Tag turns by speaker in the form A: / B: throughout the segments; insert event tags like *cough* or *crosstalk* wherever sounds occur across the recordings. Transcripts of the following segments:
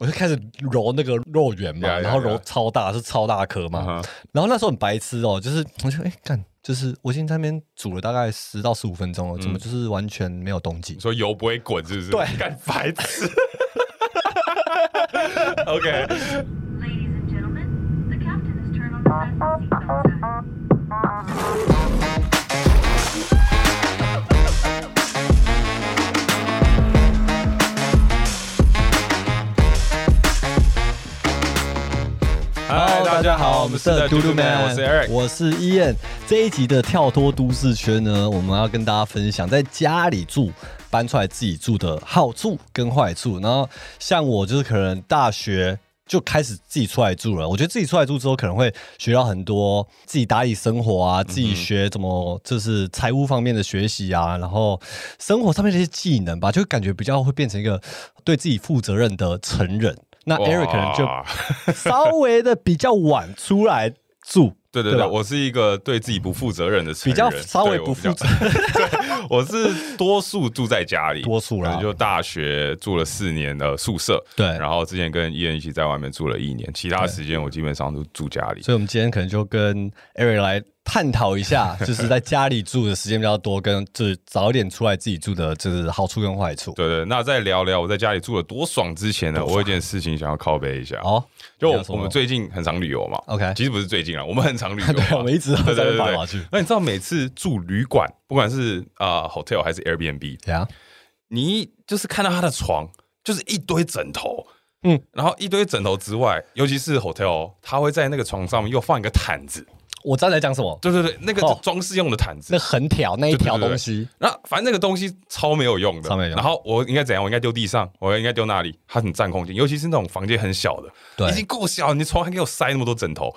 A: 我就开始揉那个肉圆嘛，
B: 呀呀
A: 然后揉
B: 呀
A: 超大，是超大颗嘛。
B: 嗯哼
A: 然后那时候很白痴哦，就是我就哎干、就是我已经在那边煮了大概十到十五分
B: 嗯
A: 钟了，怎么就是完全没有动静
B: 你？说油不会滚是不是？
A: 对
B: *laughs* 干白
A: *laughs*
B: 痴。OK，
C: Ladies and gentlemen, the captain has turned on the fasten seatbelt sign.
B: 嗨，大家好，我们是
A: 嘟
B: 嘟
A: 嘟
B: 嘟 man，我是 Eric。
A: 我是 Ian。这一集的跳脱都市圈呢，我们要跟大家分享在家里住、搬出来自己住的好处跟坏处。然后像我就是可能大学。就开始自己出来住了。我觉得自己出来住之后，可能会学到很多自己打理生活啊，自己学怎么就是财务方面的学习啊，然后生活上面的一些技能吧，就感觉比较会变成一个对自己负责任的成人。那
B: 哇
A: Eric 可能就 *laughs* 稍微的比较晚出来住，
B: 对对
A: 对
B: 对，
A: 吧
B: 我是一个对自己不负责任的成
A: 比
B: 人，
A: 较稍微
B: 对
A: 不负责。
B: *laughs* 我比较我是多数住在家里，
A: 多数啦
B: 可能就大学住了四年的宿舍，
A: 对
B: 然后之前跟伊人一起在外面住了一年，其他
A: 对
B: 时间我基本上都住家里。
A: 所以我们今天可能就跟 Eric 来探讨一
B: *laughs*
A: 下，就是在家里住的时间比较多，跟就是早一点出来自己住的，就是好处跟坏处。
B: 对对，那在聊聊我在家里住的多爽之前呢，我有一件事情想要靠背一下。
A: 好、
B: 就
A: 聊
B: 我
A: 什么
B: 我们最近很常旅游嘛
A: OK
B: *laughs*
A: *laughs*
B: 其实不是最近啊，我们很常旅游嘛，
A: 对我们一直都
B: 对
A: 在
B: 对对
A: 跑来
B: 对
A: 跑去
B: 那你知道每次住旅馆，不管是啊、呃 hotel 还是 Airbnb，
A: 呀，
B: 你就是看到他的床就是一堆枕头，
A: 嗯
B: 嗯，然后一堆枕头之外，尤其是 hotel，他哦会在那个床上面又放一个毯子，
A: 我知道你在讲什么，
B: 对对对，那个
A: 哦
B: 就装饰用的毯子
A: 那。横条那一条哎东西，
B: 那反正那个东西超没有用的，
A: 超没有用
B: 然后我应该怎样？我应该丢地上，我应该丢哪里？它很占空间，尤其是那种房间很小的，
A: 对
B: 已经够小了，你床还给我塞那么多枕头，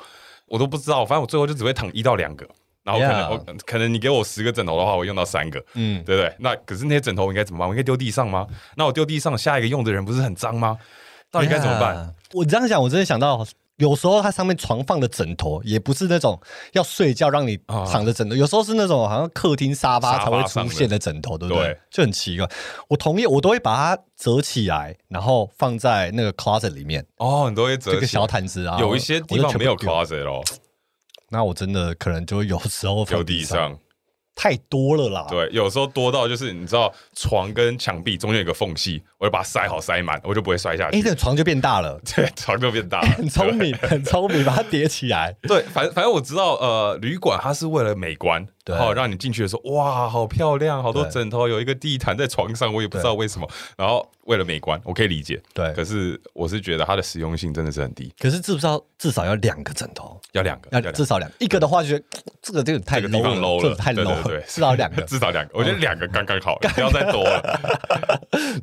B: 我都不知道。反正我最后就只会躺一到两个，然后可能
A: Yeah
B: 我可能你给我十个枕头的话，我用到三个，
A: 嗯
B: 嗯，对不对？那可是那些枕头我应该怎么办？我应该丢地上吗？那我丢地上，下一个用的人不是很脏吗？到底该怎么办
A: Yeah，我这样想，我真的想到。有时候它上面床放的枕头也不是那种要睡觉让你
B: 啊
A: 躺着枕头，有时候是那种好像客厅沙发
B: 沙发
A: 才会
B: 上
A: 出
B: 的
A: 现的枕头，对不对？
B: 对
A: 就很奇怪。我同意，我都会把它折起来，然后放在那个 closet 里面，
B: 哦，很多会折
A: 这个
B: 起来
A: 小毯子啊。
B: 有一些地方没有
A: 我就全部丢
B: closet 哦，
A: 那我真的可能就有时候放
B: 丢地上。
A: 太多了啦。
B: 对，有时候多到就是你知道床跟墙壁中间有个缝隙，我就把它塞好塞满，我就不会摔下
A: 哎，
B: 去。
A: 这个床就变大了，
B: 对，床就变大了，
A: 很聪
B: *laughs*
A: 明，很聪明，把它叠起来。
B: 对，反正反正我知道，呃，旅馆它是为了美观，
A: 对
B: 然后让你进去的时候，哇，好漂亮，好多
A: 对
B: 枕头，有一个地毯在床上，我也不知道为什么。然后为了美观，我可以理解，
A: 对
B: 可是我是觉得它的实用性真的是很低，
A: 可是至少至少要两个枕头，
B: 要两个，
A: 要
B: 两
A: 至少两一个的话，就觉得这个这个太
B: 这个地
A: low 了
B: 方 low
A: 这
B: 了，
A: 个太
B: 对
A: low
B: 对对
A: 了，，至少两
B: *laughs*
A: 个，
B: 至少两个，我觉得两个刚刚好，不要再多了。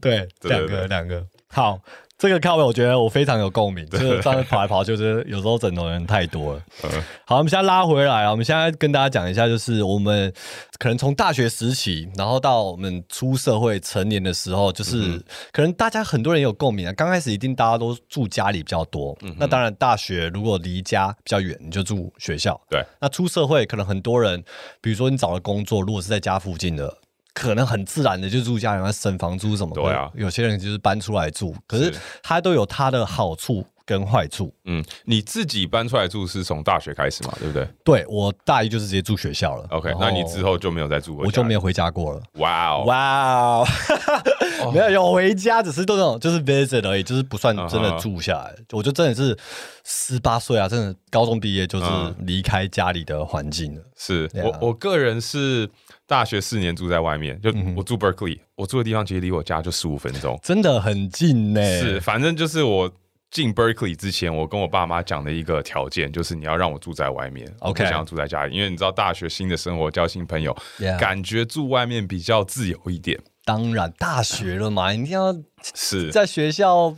A: 对，
B: 对对
A: 两个
B: 对
A: 两个。好，这个靠位我觉得我非常有共鸣，就是上面跑来跑去，就是有时候枕头人太
B: *laughs*
A: 多了。
B: 嗯
A: 好，我们现在拉回来啊，我们现在跟大家讲一下，就是我们可能从大学时期，然后到我们出社会成年的时候，
B: 嗯
A: 就是可能大家很多人有共鸣啊。刚开始一定大家都住家里比较多，
B: 嗯
A: 那当然大学如果离家比较远，你就住学校。
B: 对，
A: 那出社会可能很多人，比如说你找了工作，如果是在家附近的，可能很自然的就住家里，然后省房租什么的。
B: 对啊
A: 有些人就是搬出来住，可是
B: 是
A: 他都有他的好处跟坏处。
B: 嗯，你自己搬出来住是从大学开始嘛，对不对
A: 对我大一就是直接住学校了。
B: ？OK，
A: 然
B: 那你之后就没有再住过
A: 哦我
B: 家
A: 就
B: 了，
A: 没有回家过了。
B: 哇哦，
A: 哇哦， *laughs* 没有有回家，只是都那种就是 visit 而已，就是不算真的
B: 嗯哼
A: 住下来。我就真的是十八岁啊，真的高中毕业就是
B: 嗯
A: 离开家里的环境了。
B: 是
A: Yeah
B: 我我个人是大学四年住在外面，就
A: 嗯
B: 我住 Berkeley，、我住的地方其实离我家就十五分钟。
A: 真的很近呢、
B: 是，反正就是我进 Berkeley 之前，我跟我爸妈讲的一个条件，就是你要让我住在外面
A: OK
B: 我不想要住在家里，因为你知道大学新的生活，交新朋友
A: Yeah
B: 感觉住外面比较自由一点。
A: 当然，大学了 *laughs* 嘛，一定要
B: 是，
A: 在学校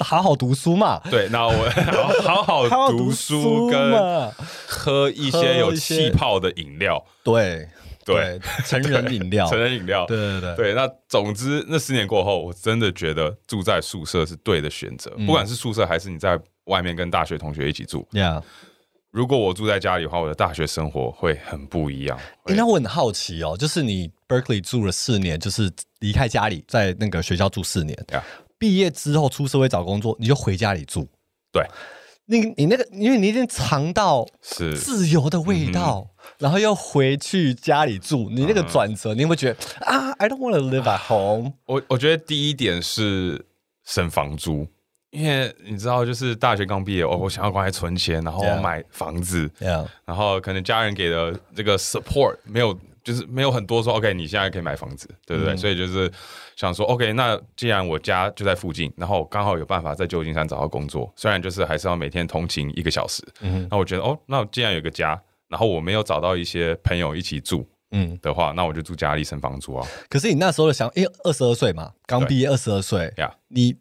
A: 好好读书嘛，
B: *laughs* 对，那我好好
A: *laughs* 好好
B: 好读书跟
A: 嘛，
B: 喝一
A: 喝
B: 些有
A: 一些
B: 气泡的饮料，
A: 对
B: 对，
A: 成人饮料，
B: 成人饮料，
A: 对对对
B: 对，那总之那十年过后，我真的觉得住在宿舍是对的选择，
A: 嗯
B: 不管是宿舍还是你在外面跟大学同学一起住。
A: ，Yeah。
B: 如果我住在家里的话，我的大学生活会很不一样。
A: 诶那我很好奇哦，就是你 Berkeley 住了四年，就是离开家里，在那个学校住四年
B: Yeah，
A: 毕业之后出社会找工作，你就回家里住。
B: 对，
A: 你你那个，因为你已经尝到
B: 是
A: 自由的味道，嗯然后又回去家里住，你那个转折，你有没有觉得啊？I don't want to live at home。
B: 我我觉得第一点是省房租，因为你知道，就是大学刚毕业，我哦我想要赶快存钱，然后
A: Yeah
B: 买房子，
A: Yeah，
B: 然后可能家人给的这个 support 没有，就是没有很多说 OK，你现在可以买房子，对不对？所以就是想说 OK，那既然我家就在附近，然后刚好有办法在旧金山找到工作，虽然就是还是要每天通勤一个小时，嗯，那我觉得哦，那既然有个家，然后我没有找到一些朋友一起住
A: 嗯。
B: 的话，那我就住家里省房租啊，
A: 可是你那时候的想，因为二十二岁嘛，刚毕业二十二岁
B: 呀、
A: 你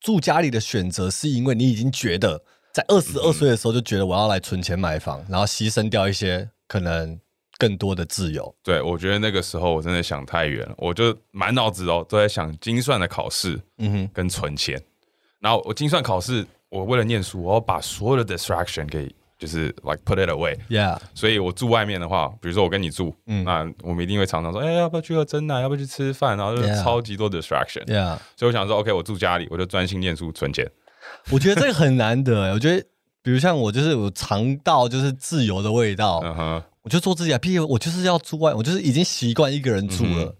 A: 住家里的选择是因为你已经觉得在二十二岁的时候就觉得我要来存钱买房，然后牺牲掉一些可能更多的自由。
B: 对，我觉得那个时候我真的想太远了，我就满脑子哦都在想精算的考试
A: 嗯哼，
B: 跟存钱。然后我精算考试，我为了念书，我要把所有的 distraction 给就是 like put it away。
A: Yeah，
B: 所以我住外面的话，比如说我跟你住，
A: 嗯
B: 那我们一定会常常说，哎、要不要去喝蒸奶？要不要去吃饭？然后就是
A: Yeah
B: 超级多 distraction。
A: Yeah，
B: 所以我想说，OK，我住家里，我就专心念书存钱。
A: 我觉得这个很难得、我觉得，比如像我，就是我尝到就是自由的味道，
B: 嗯哼，
A: 我就做自己啊。毕业我就是要住外，我就是已经习惯一个人住了，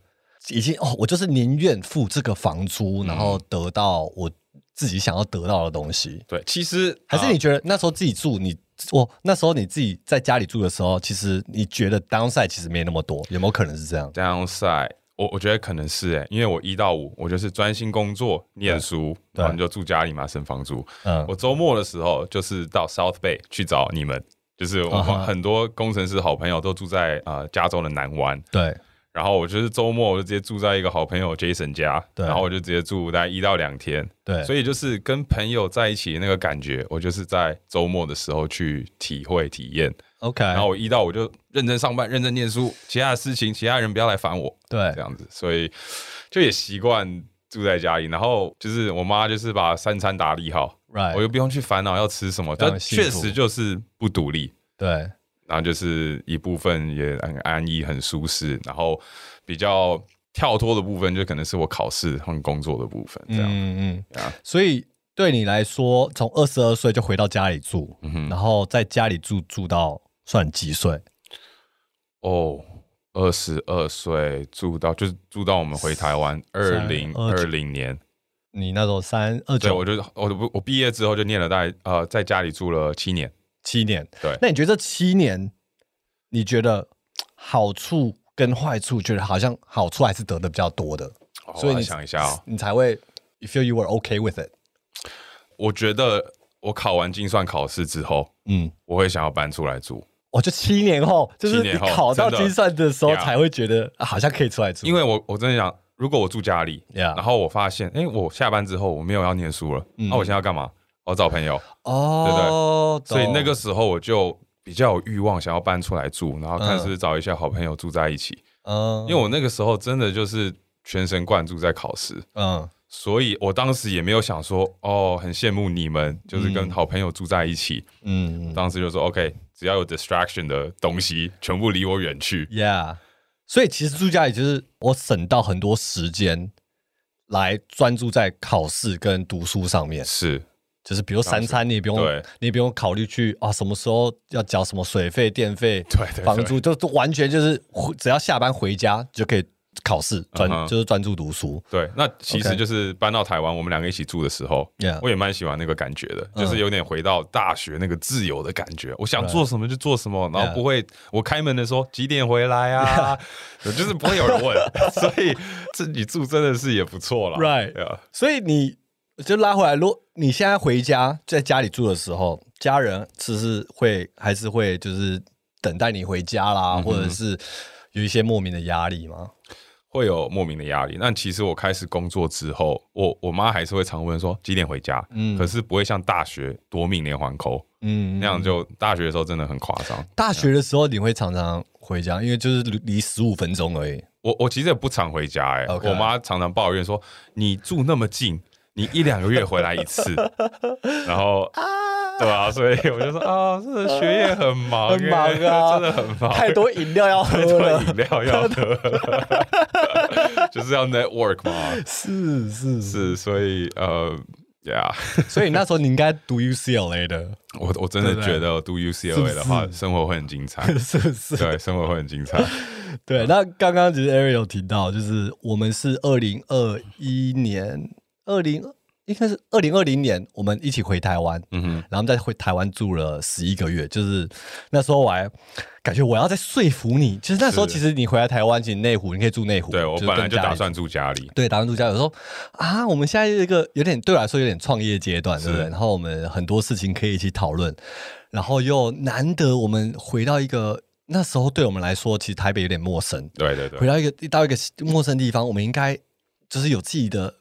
A: 已经哦，我就是宁愿付这个房租，然后得到我自己想要得到的东西。
B: 对，其实
A: 还是你
B: 啊
A: 觉得那时候自己住，你我那时候你自己在家里住的时候，其实你觉得 downside 其实没那么多，有没有可能是这样？
B: downside，我我觉得可能是哎、因为我一到五我就是专心工作、念书，
A: 对
B: 然后你就住家里嘛，省房租。
A: 嗯
B: 我周末的时候就是到 South Bay 去找你们，就是我
A: 啊哈
B: 很多工程师好朋友都住在呃加州的南湾，
A: 对，
B: 然后我就是周末我就直接住在一个好朋友 Jason 家，
A: 对
B: 然后我就直接住大概一到两天，
A: 对
B: 所以就是跟朋友在一起那个感觉，我就是在周末的时候去体会体验，
A: ，OK，
B: 然后我一到我就认真上班、认真念书，其他的事情其他人不要来烦我，
A: 对
B: 这，样子，所以就也习惯住在家里。然后就是我妈就是把三餐打理好
A: Right
B: 我又不用去烦恼要吃什么，
A: 这样
B: 但
A: 很幸
B: 确
A: 福
B: 实就是不独立。
A: 对，
B: 然后就是一部分也很安逸、很舒适，然后比较跳脱的部分就可能是我考试和工作的部分这样。
A: 嗯嗯
B: Yeah
A: 所以对你来说，从二十二岁就回到家里住，
B: 嗯
A: 然后在家里住住到算几岁？
B: 哦，二十二岁住到就是住到我们回台湾二零二零年，
A: 你那时候三二
B: 对
A: 九
B: 我就我我我毕业之后就念了大概呃在家里住了七年。
A: 七年，
B: 对
A: 那你觉得这七年，你觉得嘖好处跟坏处，觉得好像好处还是得的比较多的，
B: 哦
A: 所以你
B: 我来想一下哦，
A: 你才会 you feel you were okay with it。
B: 我觉得我考完精算考试之后，
A: 嗯，
B: 我会想要搬出来住，
A: 我哦就七年后，就是
B: 七
A: 你
B: 年后
A: 考到
B: 真的
A: 精算的时候，
B: Yeah
A: 才会觉得、啊好像可以出来住，
B: 因为我我真的想，如果我住家里
A: Yeah
B: 然后我发现，哎、我下班之后我没有要念书了，
A: 嗯
B: 那、我现在要干嘛？我要找朋友，
A: 哦，
B: 所以
A: 懂
B: 那个时候我就比较有欲望想要搬出来住，然后看
A: 嗯
B: 是不是找一些好朋友住在一起，
A: 嗯，
B: 因为我那个时候真的就是全神贯注在考试，
A: 嗯
B: 所以我当时也没有想说，哦，很羡慕你们，就是跟好朋友住在一起，
A: 嗯
B: 当时就说 OK，只要有 distraction 的东西，全部离我远去。
A: Yeah，所以其实住家里就是我省到很多时间来专注在考试跟读书上面，
B: 是，
A: 就是比如三餐你也不用
B: 对，
A: 你也不用考虑去啊什么时候要缴什么水费、电费、
B: 对对对
A: 房租，就就完全就是只要下班回家就可以考试专、
B: 嗯哼
A: 就是专注读书。
B: 对。那其
A: OK
B: 实就是搬到台湾，我们两个一起住的时候
A: Yeah 嗯
B: 我也蛮喜欢那个感觉的，就是有点回到大学那个自由的感觉。我想做什么就做什么，然
A: Yeah
B: 后不会我开门的时候几点回来啊， *laughs* 就是不会有
A: *laughs*
B: 人问。所以自己住真的是也不错啦。
A: Right
B: 对啊
A: 所以你就拉回来，如果你现在回家在家里住的时候，家人是是会还是会就是等待你回家啦，或者是有一些莫名的压力吗？
B: 会有莫名的压力。那其实我开始工作之后，我我妈还是会常问说几点回家，
A: 嗯
B: 可是不会像大学夺命连环扣
A: 嗯，
B: 那样，就大学的时候真的很夸张。
A: 大学的时候你会常常回家，因为就是离十五分钟而已。
B: 我我其实也不常回家哎、
A: OK
B: 我妈常常抱怨说你住那么近，你一两个月回来一次，然后。对啊，所以我就说啊，这学业很忙欸，
A: 很忙啊
B: 真的很
A: *laughs*
B: 忙，
A: 太多饮料要喝 *laughs*
B: 太多
A: 了，
B: 饮料要喝。就是要 network 嘛，
A: 是是是，
B: 是，所以呃，yeah， *laughs*
A: 所以那时候你应该读 UCLA 的，
B: 我我真
A: 对
B: 的
A: 不对
B: 觉得读 UCLA 的
A: 是
B: 话，
A: 不
B: 生活会很精彩，
A: 是不是？
B: 对，生活会
A: *laughs*
B: 很精彩，
A: 对，那刚刚其实 Ariel 有提到，就是我们是二零二一年，二零应该是二零二零年，我们一起回台湾，
B: 嗯哼，
A: 然后再回台湾住了十一个月。就是那时候我还感觉我要再说服你，其实那时候
B: 是
A: 其实你回来台湾，其实内湖你可以住内湖，
B: 对我
A: 是
B: 本来
A: 跟
B: 就
A: 家里
B: 打算住家里，
A: 对，打完度假有时候啊，我们现在这个有点对我来说有点创业阶段，对不对？
B: 是
A: 然后我们很多事情可以一起讨论，然后又难得我们回到一个那时候对我们来说，其实台北有点陌生，
B: 对对对
A: 回，到一个到一个陌生地方，我们应该就是有自己的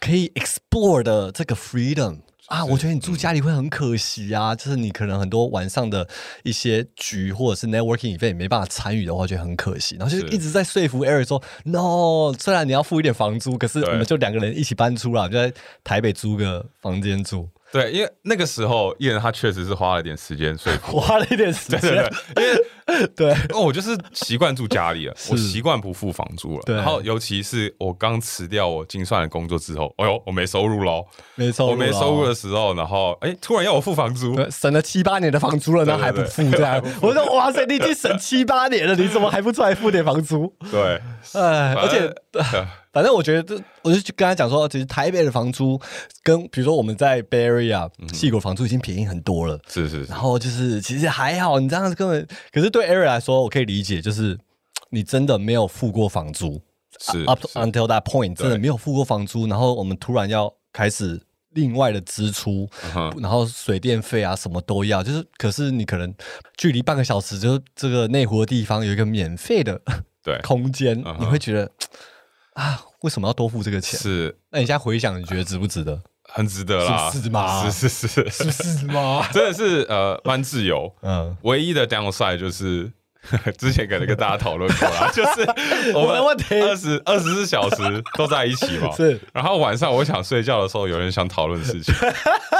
A: 可以 explore 的这个 freedom。啊，我觉得你住家里会很可惜
B: 嗯
A: 啊，就是你可能很多晚上的一些局或者是 networking event 没办法参与的话，觉得很可惜。然后就是一直在说服 Eric 说，no，虽然你要付一点房租，可是
B: 对
A: 我们就两个人一起搬出来，我们就在台北租个房间住，
B: 对，因为那个时候艺人他确实是花了点时间说
A: *laughs*
B: 服
A: 我花了一点时
B: 对对
A: 间，
B: 对，因为
A: *laughs* 对，
B: 哦，我就是习惯住家里了，我习惯不付房租了。
A: 对
B: 然后尤其是我刚辞掉我精算的工作之后，哎呦，我没收入喽，
A: 没错，
B: 我没收入的时候，然后哎，突然要我付房租，
A: 对，省了七八年的房租了，然后还不
B: 对对
A: 付这样。我说哇塞，你已经省七八年了，你怎么还不出来付点房
B: *laughs*
A: 租？
B: 对，
A: 哎，
B: 呃
A: *laughs* 而
B: 反正
A: 且反正我觉得，我就去跟他讲说，其实台北的房租跟比如说我们在 b a r r y 啊，
B: 嗯
A: 细谷房租已经便宜很多了。
B: 是是是
A: 然，后就是其实还好，你这样子根本，可是对 Eric 来说，我可以理解，就是你真的没有付过房租
B: 是
A: ，up 呃
B: 是
A: until that point 真的
B: 对
A: 没有付过房租，然后我们突然要开始另外的支出，
B: 嗯哼
A: 然后水电费啊什么都要，就是可是你可能距离半个小时，就是这个内湖的地方有一个免费的
B: 对，
A: 空间，
B: 嗯
A: 你
B: 哼
A: 会觉得啊，为什么要多付这个钱？
B: 是
A: 那你现在回想，你觉得值不值得？
B: 很值得啦，
A: 是是嘛
B: 是是是 *laughs* 是，
A: 是吗？
B: *laughs* 真的是呃，蛮自由。
A: 嗯，
B: 唯一的 downside 就是。 *laughs* 之前可能跟大家讨论
A: *laughs*
B: 过啦，就是我
A: 我的
B: 们
A: 问题
B: 二十二十四小时都在一起嘛，
A: *laughs* 是
B: 然后晚上我想睡觉的时候，有人想讨论事
A: *laughs*
B: 情，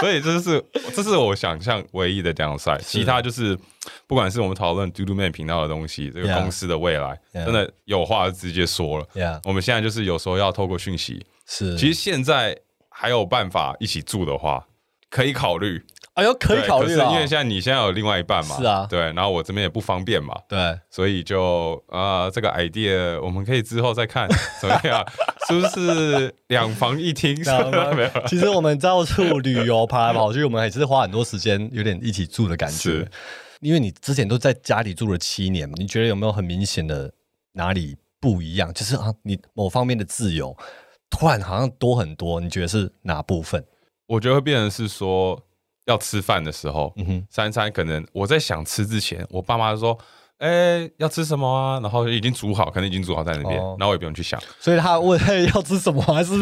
B: 所以这是这是我想象唯一的 downside。其他就是，不管是我们讨论 Doodoo Man 频道的东西，这个
A: Yeah
B: 公司的未来
A: Yeah
B: 真的有话就直接说了。
A: 呀，
B: 我们现在就是有时候要透过讯息，
A: 是。
B: 其实现在还有办法一起住的话，可以考虑，
A: 哎呦，可以
B: 对
A: 考虑
B: 是
A: 了，
B: 因为现在你现在有另外一半嘛，
A: 是啊
B: 对，然后我这边也不方便嘛，
A: 对。
B: 所以就啊，这个 idea 我们可以之后再看怎么样，是不是两房一厅？ *laughs*
A: 知道吗
B: 没有，
A: 其实我们到处旅游跑来跑去，我们还是花很多时间，有点一起住的感觉
B: 是。
A: 因为你之前都在家里住了七年嘛，你觉得有没有很明显的哪里不一样？就是啊，你某方面的自由突然好像多很多，你觉得是哪部分？
B: 我觉得会变成是说，要吃饭的时候，
A: 嗯哼，
B: 三餐可能我在想吃之前，我爸妈就说。哎、要吃什么啊？然后已经煮好，可能已经煮好在那边，
A: 哦
B: 然后我也不用去想。
A: 所以他问 *laughs* 要吃什么，还是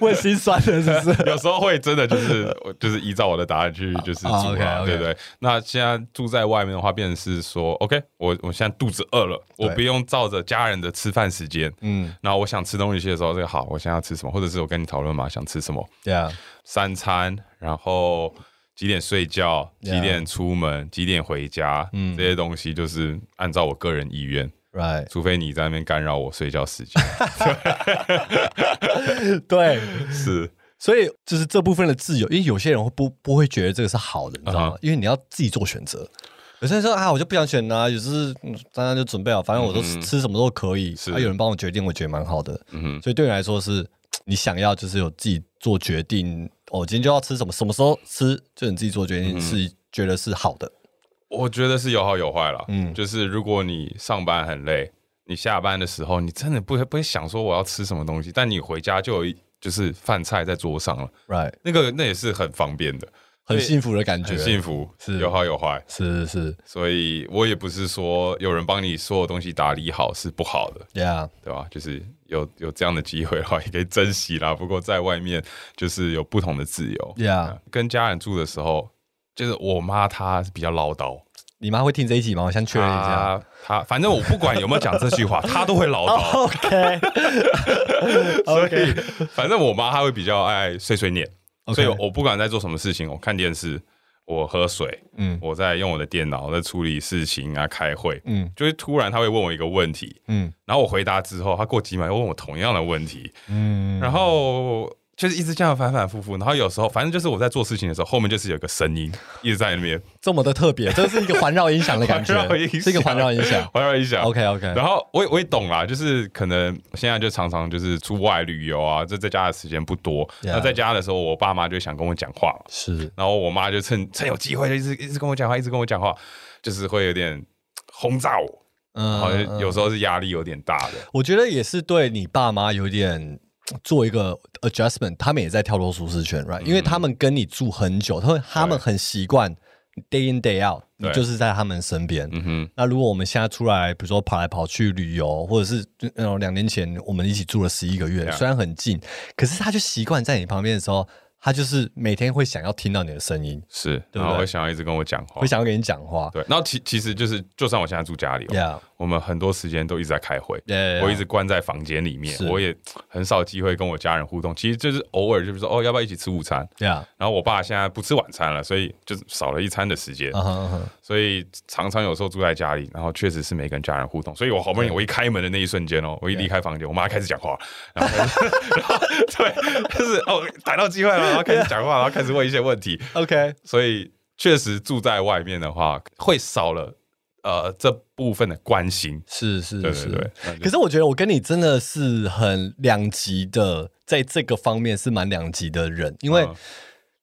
A: 问心酸的，是
B: *laughs*
A: 不是？
B: 有时候会真的
A: *laughs*
B: 就是我就是依照我的答案去就是煮
A: 啊
B: 啊，
A: ，OK，OK
B: 对不对？那现在住在外面的话，变成是说，OK，我我现在肚子饿了，我
A: 对
B: 不用照着家人的吃饭时间，
A: 嗯，
B: 然后我想吃东西的时候，这个好，我现在要吃什么，或者是我跟你讨论嘛，想吃什么，
A: 对啊，
B: 三餐，然后几点睡觉，
A: Yeah
B: 几点出门，几点回家，
A: 嗯
B: 这些东西就是按照我个人意愿，
A: right，
B: 除非你在那边干扰我睡觉时间，
A: *laughs* 对，
B: 是
A: 所以就是这部分的自由，因为有些人会不不会觉得这个是好的，你知道吗
B: 嗯哼
A: 因为你要自己做选择。有些人说啊，我就不想选呐、有时嗯当然就准备好，反正我都吃吃什么都可以，
B: 嗯是
A: 啊，有人帮我决定，我觉得蛮好的。
B: 嗯
A: 所以对你来说是，你想要就是有自己做决定，哦，今天就要吃什么，什么时候吃，就你自己做决
B: 嗯
A: 定，是觉得是好的。
B: 我觉得是有好有坏啦。
A: 嗯
B: 嗯，就是如果你上班很累，你下班的时候，你真的不会不会想说我要吃什么东西，但你回家就有一就是饭菜在桌上了，
A: Right，
B: 那个那也是很方便的，
A: 很
B: 对
A: 幸福的感觉，
B: 很幸福，
A: 是
B: 有好有坏。
A: 是，是是
B: 所以我也不是说有人帮你所有东西打理好是不好的，
A: ，Yeah，
B: 对吧？就是有有这样的机会的话，也可以珍惜啦。不过在外面就是有不同的自由。
A: Yeah
B: 跟家人住的时候，就是我妈她比较唠叨，
A: 你妈会听这一集吗？我先确认一下。
B: 他啊他反正我不管有没有讲这句话，他都会唠
A: 哦 *laughs*
B: 叨。
A: OK，
B: *laughs* 所以反正我妈她会比较爱碎碎念
A: OK
B: 所以我不管在做什么事情，我看电视，我喝水，
A: 嗯
B: 我在用我的电脑在处理事情啊，开会，
A: 嗯
B: 就是突然他会问我一个问题，
A: 嗯
B: 然后我回答之后，他过几秒又问我同样的问题，
A: 嗯，
B: 然后就是一直这样反反复复，然后有时候反正就是我在做事情的时候，后面就是有个声音一直在那边
A: 这么的特别，这是一个环绕音响的感觉
B: 环绕音，响
A: 是一个环绕音响。
B: 环绕一下。
A: OK OK，
B: 然后我也我也懂啦，就是可能现在就常常就是出外旅游啊，这在家的时间不多。
A: Yeah
B: 那在家的时候，我爸妈就想跟我讲话嘛，
A: 是
B: 然后我妈就趁趁有机会就一直一直跟我讲话，一直跟我讲话，就是会有点轰炸我，
A: 嗯
B: 好像有时候是压力有点大的。
A: 我觉得也是对你爸妈有点呃做一个 adjustment，他们也在跳脱舒适圈，right？、因为
B: 嗯
A: 他们跟你住很久，他们他们很习惯 day in day out，你
B: 对
A: 就是在他们身边。
B: 嗯哼，
A: 那如果我们现在出来，比如说跑来跑去旅游，或者是呃两年前我们一起住了十一个月
B: Yeah
A: 虽然很近，可是他就习惯在你旁边的时候，他就是每天会想要听到你的声音，
B: 是，
A: 对不
B: 然后
A: 对
B: 会想要一直跟我讲话
A: 会。想要跟你讲话。
B: 对，然后其其实就是，就算我现在住家里、哦
A: Yeah
B: 我们很多时间都一直在开会
A: Yeah, yeah, yeah
B: 我一直关在房间里面
A: 是，
B: 我也很少机会跟我家人互动。其实就是偶尔就是说，哦，要不要一起吃午餐？
A: 对啊，
B: 然后我爸现在不吃晚餐了，所以就是少了一餐的时间
A: 嗯哼嗯
B: *laughs*
A: 哼，
B: 所以常常有时候住在家里，然后确实是没跟家人互动。所以我好不容易我一开门的那一瞬间哦，我一离开房间，我妈开始讲
A: *laughs*
B: 话，然后然后 *laughs* 对，就是哦逮到机会了，然后开始讲话，然后开始问一些问题。
A: OK，
B: 所以确实住在外面的话，会少了呃这部分的关心。
A: 是是
B: 对
A: 是。
B: 对对，嗯那就
A: 可是我觉得我跟你真的是很两极的，在这个方面是蛮两极的人，因为
B: 嗯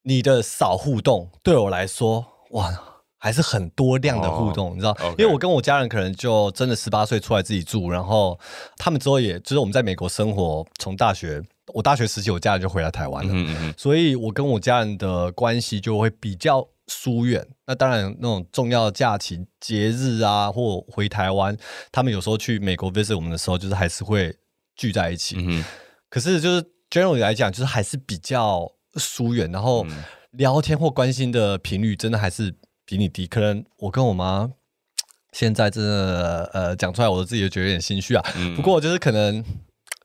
A: 你的少互动对我来说，哇，还是很多量的互动，你知道
B: 哦 OK
A: 因为我跟我家人可能就真的十八岁出来自己住，然后他们之后也就是我们在美国生活，从大学我大学时期我家人就回来台湾了，
B: 嗯嗯嗯，
A: 所以我跟我家人的关系就会比较疏远。那当然，那种重要的假期、节日啊，或回台湾，他们有时候去美国 visit 我们的时候，就是还是会聚在一起。
B: 嗯哼
A: 可是就是 generally 来讲，就是还是比较疏远，然后
B: 嗯
A: 聊天或关心的频率真的还是比你低。可能我跟我妈现在真的呃讲出来，我自己也觉得有点心虚啊。
B: 嗯
A: 不过就是可能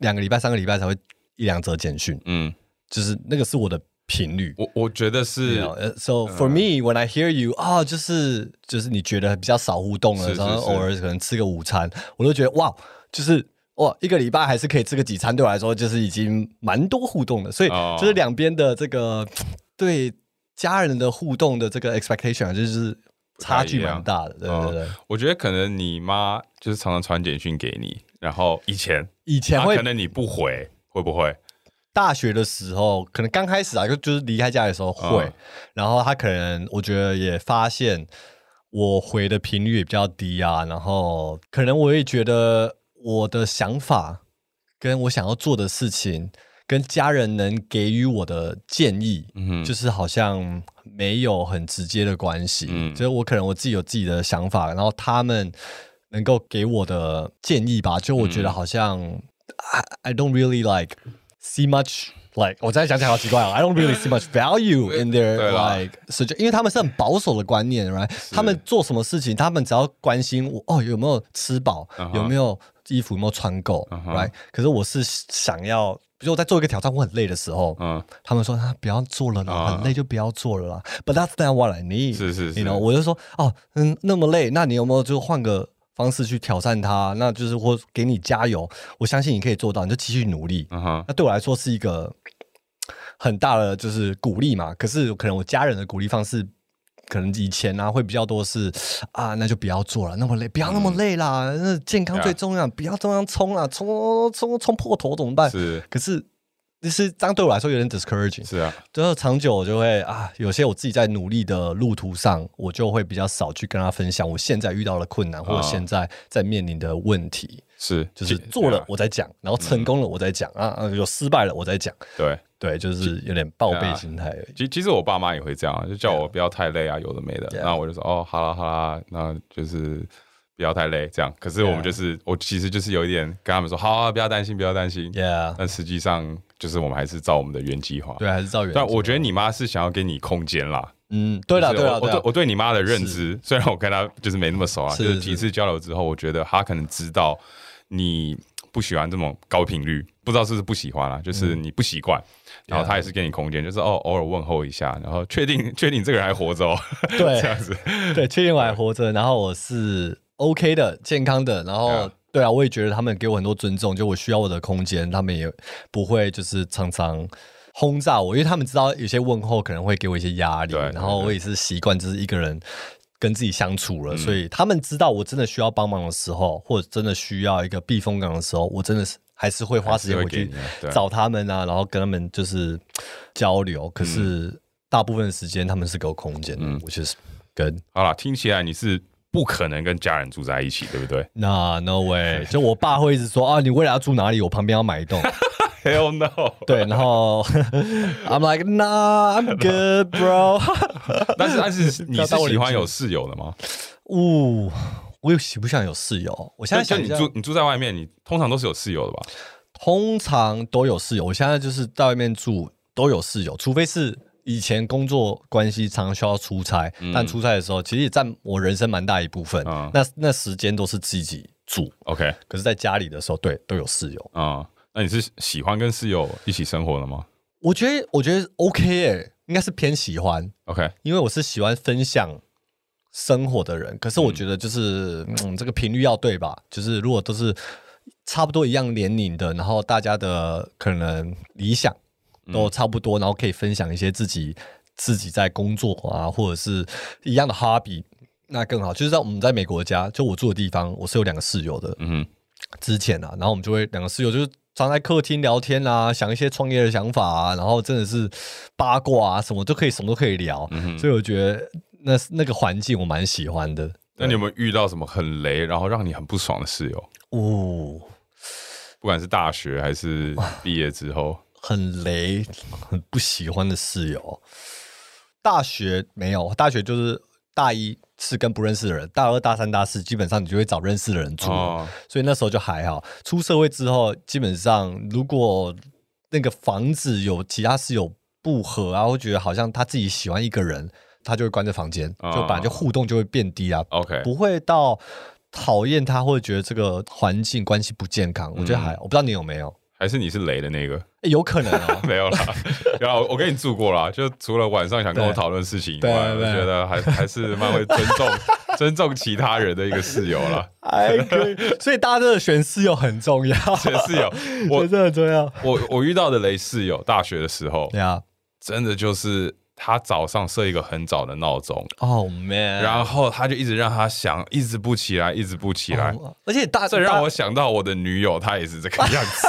A: 两个礼拜、三个礼拜才会一两则简讯，
B: 嗯，
A: 就是那个是我的频率。
B: 我我觉得
A: You
B: 是
A: know, uh,
B: 嗯
A: so for me, when I hear you，啊、就是就是你觉得比较少互动了，
B: 是是
A: 然后
B: 是
A: 偶尔可能吃个午餐，我都觉得哇，就是哇，一个礼拜还是可以吃个几餐，对我来说就是已经蛮多互动的，所以
B: 哦
A: 就是两边的这个、对家人的互动的这个 expectation 就是差距蛮大的，对
B: 哦
A: 对对。
B: 我觉得可能你妈就是常常传简讯给你，然后以前
A: 以前
B: 啊
A: 会
B: 可能你不回，会不会？
A: 大学的时候，可能刚开始啊，就就是离开家里的时候会，
B: 嗯
A: 然后他可能我觉得也发现我回的频率也比较低啊，然后可能我也觉得我的想法跟我想要做的事情，跟家人能给予我的建议，
B: 嗯哼，
A: 就是好像没有很直接的关系，
B: 嗯
A: 就是我可能我自己有自己的想法，然后他们能够给我的建议吧，就我
B: 嗯
A: 觉得好像、I I don't really like see much。like 我再想起来好奇怪哦，I don't really see much
B: *laughs*
A: value in their
B: 对啦
A: like，所以就因为他们是很保守的观念，right？他们做什么事情，他们只要关心我哦有没有吃饱
B: 嗯哼
A: 有没有衣服有没有穿够、
B: 嗯哼
A: r i g h t 可是我是想要，比如我在做一个挑战，我很累的时候，
B: 嗯，
A: 他们说啊，不要做了啦，
B: 啊
A: 很累就不要做了啦。But that's not what I need。
B: 是是是
A: 你 you know, 我就说哦，嗯，那么累，那你有没有就换个方式去挑战它？那就是或给你加油，我相信你可以做到，你就继续努力。
B: 嗯哼，
A: 那对我来说是一个很大的就是鼓励嘛。可是可能我家人的鼓励方式，可能以前啊会比较多是啊，那就不要做了，那么累，不要那么
B: 嗯
A: 累啦，那健康最
B: Yeah
A: 重要，不要这样冲啦，冲冲冲破头怎么办？
B: 是
A: 可是就是这样对我来说有点 discouraging。
B: 是啊，
A: 最后长久我就会啊，有些我自己在努力的路途上，我就会比较少去跟他分享我现在遇到的困难，或者
B: 啊
A: 现在在面临的问题。
B: 是
A: 就是
B: 其
A: 做了
B: 对啊
A: 我再讲，然后成功了我再讲啊，啊有失败了我再讲，
B: 对。
A: 对，就是有点报备
B: 啊
A: 心态而已。
B: 其其实我爸妈也会这样，就叫我不要太累啊，有的没的。
A: Yeah.
B: 那我就说哦，好啦好啦，那就是不要太累这样。可是我们
A: Yeah.
B: 就是我其实就是有一点跟他们说，好、啊，不要担心，不要担心。
A: Yeah，
B: 但实际上就是我们还是照我们的原计划。
A: 对，还是照原则。
B: 啊但我觉得你妈是想要给你空间啦。
A: 嗯，对了，
B: 就是
A: 对
B: 我
A: 了，
B: 我
A: 对
B: 对
A: 啦
B: 我对你妈的认知，虽然我跟她就是没那么熟啊，
A: 是
B: 就是是几次交流之后，我觉得她可能知道你不喜欢这种高频率，不知道是不是不喜欢啦、就是
A: 嗯
B: 你不习惯。然后他也是给你空间，就是哦，偶尔问候一下，然后确定 *laughs* 确定你这个人还活着、哦，
A: 对
B: 这样子，
A: 对，确定我还活着，然后我是 OK 的、健康的，然后
B: Yeah
A: 对啊，我也觉得他们给我很多尊重，就我需要我的空间，他们也不会就是常常轰炸我，因为他们知道有些问候可能会给我一些压力，
B: 对对嗯
A: 然后我也是习惯就是一个人。跟自己相处了，所以他们知道我真的需要帮忙的时候，或者真的需要一个避风港的时候，我真的是还是会花时间
B: 还
A: 回
B: 是会给
A: 去
B: 你啊对
A: 找他们啊，然后跟他们就是交流。
B: 嗯
A: 可是大部分的时间他们是给我空间的，我就是跟
B: 好啦，听起来你是不可能跟家人住在一起，对不
A: *laughs*
B: 对
A: 那 no way，就我爸会一直说啊，你未来要住哪里？我旁边要买一栋。
B: ？Hell no！
A: 对，然后 I'm like nah, I'm good, bro
B: *laughs*
A: *laughs*
B: 但是但是
A: 不
B: 你
A: *laughs* 要
B: 是
A: 当我
B: 喜欢
A: 邻居
B: 有室友的吗？
A: 呜、我又喜不想有室友？我现在
B: 就就
A: 想一
B: 你
A: 下，
B: 住你住在外面，你通常都是有室友的吧？
A: 通常都有室友。我现在就是在外面住都有室友，除非是以前工作关系常需要出差，但出差的时候其实也占我人生蛮大一部分。
B: 嗯
A: 那那时间都是自己住，
B: OK，
A: 可是在家里的时候，对，都有室友。
B: 啊、那你是喜欢跟室友一起生活的吗
A: 我觉得，我觉得 OK 诶、应该是偏喜欢，
B: ？OK，
A: 因为我是喜欢分享生活的人。可是我觉得就是，嗯这个频率要对吧？就是如果都是差不多一样年龄的，然后大家的可能理想都差不多，然后可以分享一些自己自己在工作啊，或者是一样的 hobby。那更好，就是在我们在美国家，就我住的地方，我是有两个室友的，
B: 嗯哼，
A: 之前啊，然后我们就会两个室友就是常在客厅聊天啊，想一些创业的想法啊，然后真的是八卦啊，什么都可以，什么都可以聊。所以我觉得那那个环境我蛮喜欢的。
B: 那你有没有遇到什么很雷，然后让你很不爽的室友？
A: 哦，
B: 不管是大学还是毕业之
A: 哦
B: 后，
A: 很雷，很不喜欢的室友。大学没有，大学就是大一是跟不认识的人，大二、大三、大四基本上你就会找认识的人住了，
B: 哦
A: 所以那时候就还好。出社会之后，基本上如果那个房子有其他室友不合啊，会觉得好像他自己喜欢一个人，他就会关在房间，
B: 哦
A: 就本来就互动就会变低啊，
B: ，OK，
A: 不会到讨厌他或者觉得这个环境关系不健康。我
B: 嗯
A: 觉得还，好，我不知道你有没有。
B: 还是你是雷的那个？
A: 诶有可能
B: *laughs*
A: 哦，
B: 没
A: *laughs*
B: 有啦，然后我跟你住过啦，就除了晚上想跟我
A: 对
B: 讨论事情以
A: 对
B: 外，我
A: 对
B: 觉得还还是蛮会尊
A: *laughs*
B: 重尊重其他人的一个室友啦。
A: 还可以，所以大家真的选室友很重要，
B: 这个室友，我
A: 真的很重要。
B: 我我遇到的雷室友，大学的时候
A: 对，啊，
B: 真的就是他早上设一个很早的闹钟，
A: 哦 man，
B: 然后他就一直让他响，一直不起来，一直不起来。
A: 哦而且大
B: 这让我
A: 大
B: 想到我的女友，她也是这个样
A: *laughs*
B: 子，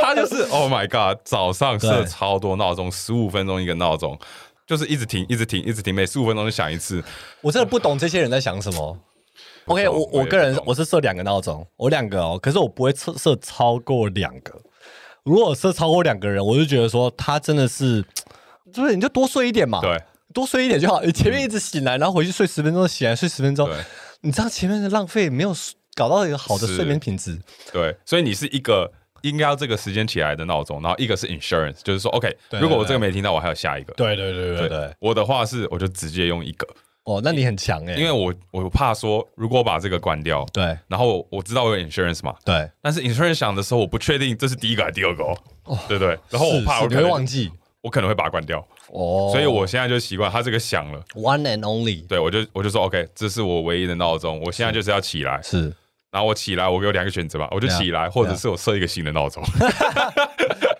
B: 她就是 Oh my God，早上设
A: 对
B: 超多闹钟，十五分钟一个闹钟，就是一直停，一直停，一直停，每十五分钟就响一次。
A: 我真的不懂这些人在想什
B: *laughs*
A: 么。
B: 懂
A: OK，我
B: 我也
A: 我
B: 不
A: 个人
B: 懂
A: 我是设两个闹钟，我两个哦，可是我不会设设超过两个。如果我设超过两个人，我就觉得说他真的是，就是你就多睡一点嘛，
B: 对，
A: 多睡一点就好。你前面一直醒来，然后回去睡十分钟，醒来睡十分钟
B: 对，
A: 你知道前面的浪费没有搞到一个好的
B: 是
A: 睡眠品质。
B: 对，所以你是一个应该要这个时间起来的闹钟，然后一个是 insurance，就是说 OK，
A: 对
B: 如果我这个没听到，我还有下一个。
A: 对对对对对，
B: 我的话是我就直接用一个，
A: 哦，那你很强哎、
B: 因为我我怕说如果我把这个关掉，
A: 对
B: 然后我我知道我有 insurance 嘛，
A: 对，
B: 但是 insurance 响的时候，我不确定这是第一个还是第二个哦，对不对？然后我
A: 是
B: 怕
A: 是
B: 我
A: 你
B: 可
A: 会
B: 能
A: 忘记
B: 我可能会把它关掉，
A: 哦，
B: 所以我现在就习惯它这个响了，
A: one and only
B: 对我就我就说 OK，这是我唯一的闹钟，我现在就是要起来，
A: 是
B: 然后我起来，我有两个选择嘛，我就
A: 对啊
B: 起来，或者是我设一个新
A: *laughs*
B: 的闹钟。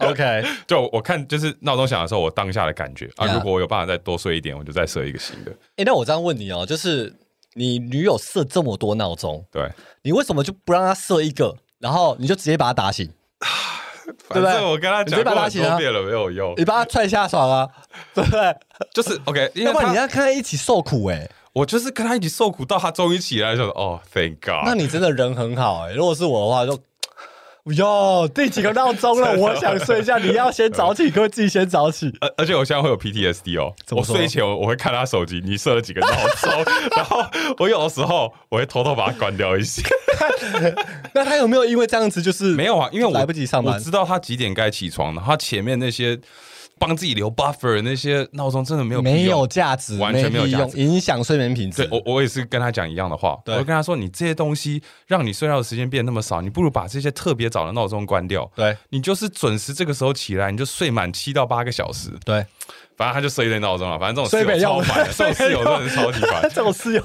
A: OK
B: 就我看，就是闹钟响的时候，我当下的感觉啊，
A: Yeah
B: 如果我有办法再多睡一点，我就再设一个新的。
A: 哎、那我这样问你哦，就是你女友设这么多闹钟，
B: 对，
A: 你为什么就不让她设一个，然后你就直接把她打醒？对不
B: 反
A: 对
B: 正我跟他
A: 你直
B: 讲
A: 接把
B: 过
A: 它
B: 很
A: 起来
B: 多
A: 啊
B: 遍了，没有用
A: 你。把她踹下床啊，对不对？
B: 就是 OK，因为
A: 要不然你
B: 他
A: 要跟她一起受苦哎、
B: 我就是跟他一起受苦，到他终于起来，就说哦，Thank
A: 那
B: God。
A: 你真的人很好哎、如果是我的话就。哟，第几个闹钟了？我想睡觉，你要先早起，可不可以自己先早起？
B: 而而且我现在会有 PTSD 哦，
A: 怎
B: 我
A: 么说
B: 睡前我我会看他手机，你设了几个闹钟，然后我有的时候我会偷偷把它关掉一 *laughs* 些。
A: 那他有没有因为这样子就是
B: 没有啊，因为我
A: 来不及上班
B: 我知道他几点该起床的，他前面那些帮自己留 buffer 那些闹钟真的没有
A: 没
B: 屁用
A: 有价值，
B: 完全没有
A: 屁
B: 价
A: 用，
B: 值
A: 影响睡眠品质。
B: 对我，我也是跟他讲一样的话，我
A: 对
B: 会跟他说，你这些东西让你睡觉的时间变那么少，你不如把这些特别早的闹钟关掉，
A: 对
B: 你就是准时这个时候起来，你就睡满七到八个小时。
A: 对，
B: 反正他就设一堆闹钟了，反正这种
A: 睡
B: 室
A: 美
B: 友超
A: 用。
B: 烦 *laughs* 的，这种室友真的是超级烦 *laughs*
A: 这种室友，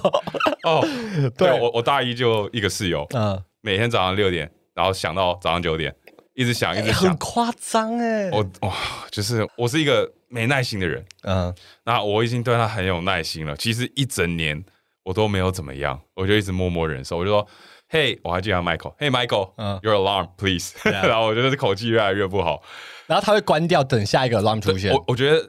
B: 哦，
A: 对
B: 对我我大一就一个室友，
A: 嗯，
B: 每天早上六点，然后想到早上九点，一直想一直
A: 哎嗯很
B: 想，
A: 夸张哎，
B: 我哇，就是我是一个没耐心的人，
A: 嗯，
B: 那我已经对他很有耐心了。其实一整年我都没有怎么样，我就一直默默忍受。我就说，Hey，我还记得
A: 嗯
B: Michael，Hey Michael，Your alarm please。
A: *laughs* Yeah
B: *laughs* 然后我觉得这口气越来越不好。
A: 然后他会关掉，等下一个 alarm 出现
B: 我。我觉得